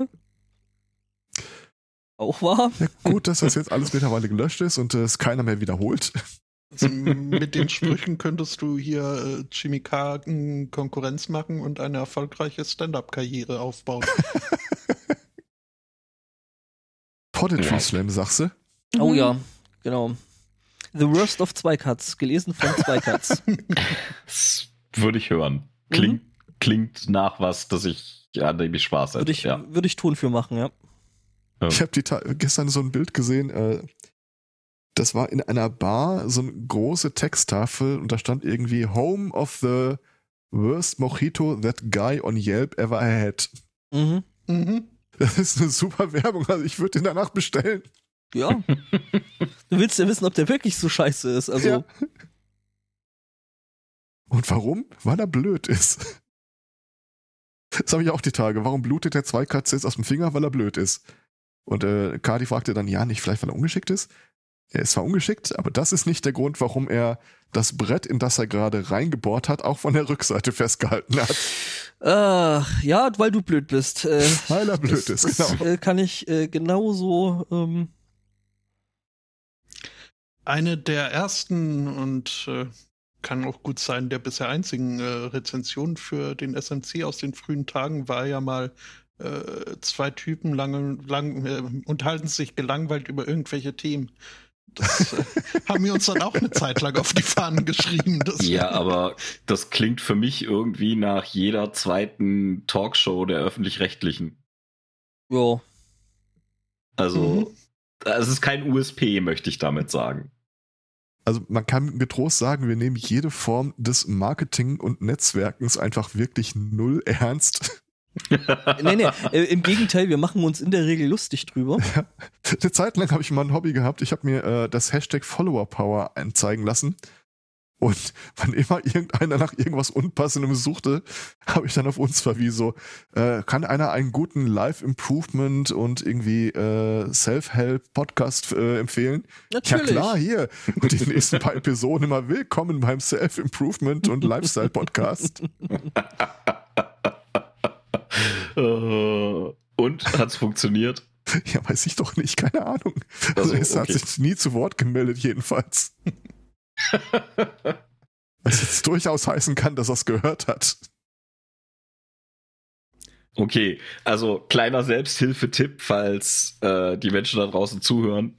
Auch wahr?
Ja, gut, dass das jetzt alles mittlerweile gelöscht ist und äh, es keiner mehr wiederholt.
Also mit den Sprüchen könntest du hier äh, Chimikagen Konkurrenz machen und eine erfolgreiche
(laughs)
Stand-up-Karriere aufbauen.
Poetry
Wow.
Slam, sagst du?
Oh
Mhm.
ja, genau. The Worst of Zweikatz, gelesen von
(laughs)
Zweikatz.
Das würde ich hören. Klingt, klingt nach was, dass ich, ja, an dem ich Spaß hätte.
Mhm. Würde ich,
ja.
würde ich Ton für machen, ja.
Ich habe die Ta- gestern so ein Bild gesehen. Äh, das war in einer Bar so eine große Texttafel und da stand irgendwie Home of the worst Mojito that guy on Yelp ever had.
Mhm.
mhm.
Das ist eine super Werbung. Also ich würde den danach bestellen. (laughs)
Ja. Du willst ja wissen, ob der wirklich so scheiße ist. Also,
Ja. Und warum? Weil er blöd ist. Das habe ich auch die Tage. Warum blutet der Zweikatze jetzt aus dem Finger, weil er blöd ist? Und äh, Kati fragte dann, ja, nicht vielleicht, weil er ungeschickt ist? Er ist zwar ungeschickt, aber das ist nicht der Grund, warum er das Brett, in das er gerade reingebohrt hat, auch von der Rückseite festgehalten hat,
Ach, ja, weil du blöd bist. Äh,
weil er blöd
das-
ist.
das,
Genau.
äh, kann ich äh, genauso. Ähm,
Eine der ersten und äh, kann auch gut sein, der bisher einzigen äh, Rezension für den SMC aus den frühen Tagen war ja mal, äh, zwei Typen lange, lang, äh, unterhalten sich gelangweilt über irgendwelche Themen.
(laughs)
Das äh, haben wir uns dann auch eine Zeit lang auf die Fahnen geschrieben. dass wir-
Ja, aber das klingt für mich irgendwie nach jeder zweiten Talkshow der öffentlich-rechtlichen.
ja. Mhm.
Also, es ist kein USP, möchte ich damit sagen.
Also man kann getrost sagen, wir nehmen jede Form des Marketing und Netzwerkens einfach wirklich null ernst.
Nee, nee, äh, im Gegenteil, wir machen uns in der Regel lustig drüber.
(laughs) Eine Zeit lang habe ich mal ein Hobby gehabt. Ich habe mir äh, das Hashtag Follower Power anzeigen lassen. Und (laughs) wann immer irgendeiner nach irgendwas Unpassendem suchte, habe ich dann auf uns verwiesen. So, äh, kann einer einen guten Live-Improvement und irgendwie äh, Self-Help-Podcast äh, empfehlen?
Natürlich.
Ja klar, hier. Und die nächsten paar Episoden immer willkommen beim Self-Improvement und Lifestyle-Podcast. (laughs)
Äh, Und hat's
(laughs)
funktioniert?
Ja, weiß ich doch nicht, keine Ahnung. Also,
Also,
(laughs) es hat
okay.
sich nie zu Wort gemeldet, jedenfalls. Was jetzt durchaus heißen kann, dass er es gehört hat.
Okay, also kleiner Selbsthilfetipp, falls äh, die Menschen da draußen zuhören.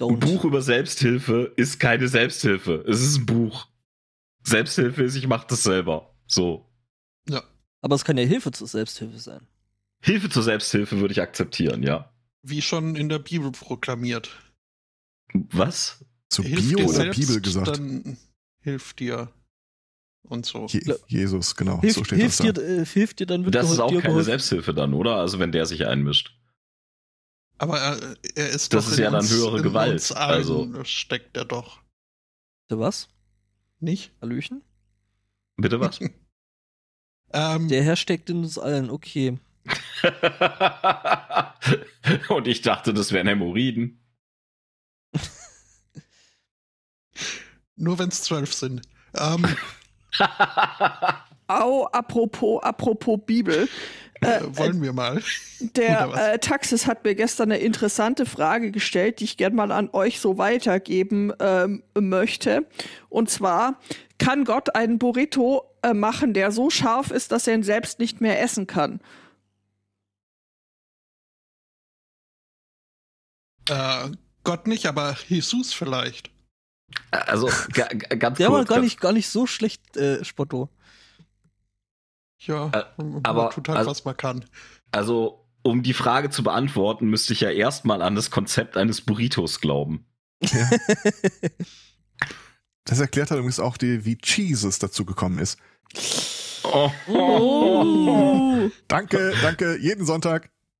Ein
Don't.
Buch über Selbsthilfe ist keine Selbsthilfe. Es ist ein Buch. Selbsthilfe ist, ich mache das selber. So.
Aber es kann ja Hilfe zur Selbsthilfe sein.
Hilfe zur Selbsthilfe würde ich akzeptieren, ja.
(laughs) Wie schon in der Bibel proklamiert.
Was?
Zu
Hilf
Bio
dir
oder
selbst,
Bibel gesagt.
Dann hilf dir. Und so.
Je Jesus, genau,
Hilf,
so steht
hilft,
das da.
dir, äh, hilft dir dann wird
Das ist
gehol-
auch
dir
keine
geholfen.
Selbsthilfe dann, oder? Also wenn der sich einmischt.
Aber er, er ist
Das
doch
ist
in
ja dann
uns,
höhere
in
Gewalt,
Uns allen
also.
steckt er doch.
Was?
Nicht?
Hallöchen?
Bitte was?
(laughs) Ähm,
Der Herr steckt in uns allen, okay.
(laughs) Und ich dachte, das wären Hämorrhoiden.
nur wenn es zwölf sind. Ähm,
(laughs)
Au, apropos, apropos Bibel.
äh,
Äh,
wollen wir mal. Oder was?
Der äh, Taxis hat mir gestern eine interessante Frage gestellt, die ich gerne mal an euch so weitergeben ähm, möchte. Und zwar, kann Gott einen Burrito äh, machen, der so scharf ist, dass er ihn selbst nicht mehr essen kann?
Äh, Gott nicht, aber Jesus vielleicht.
Also ga- ga- ganz
Der war
kurz.
gar
ganz-
nicht, gar nicht so schlecht, äh, Spotto.
Ja,
Äh,
man
aber-
tut halt,
also-
was man kann.
Also, um die Frage zu beantworten, müsste ich ja erstmal an das Konzept eines Burritos glauben.
Das erklärt dann übrigens auch, die, wie Jesus dazu gekommen ist.
Oh.
Oh.
Danke, danke, jeden Sonntag.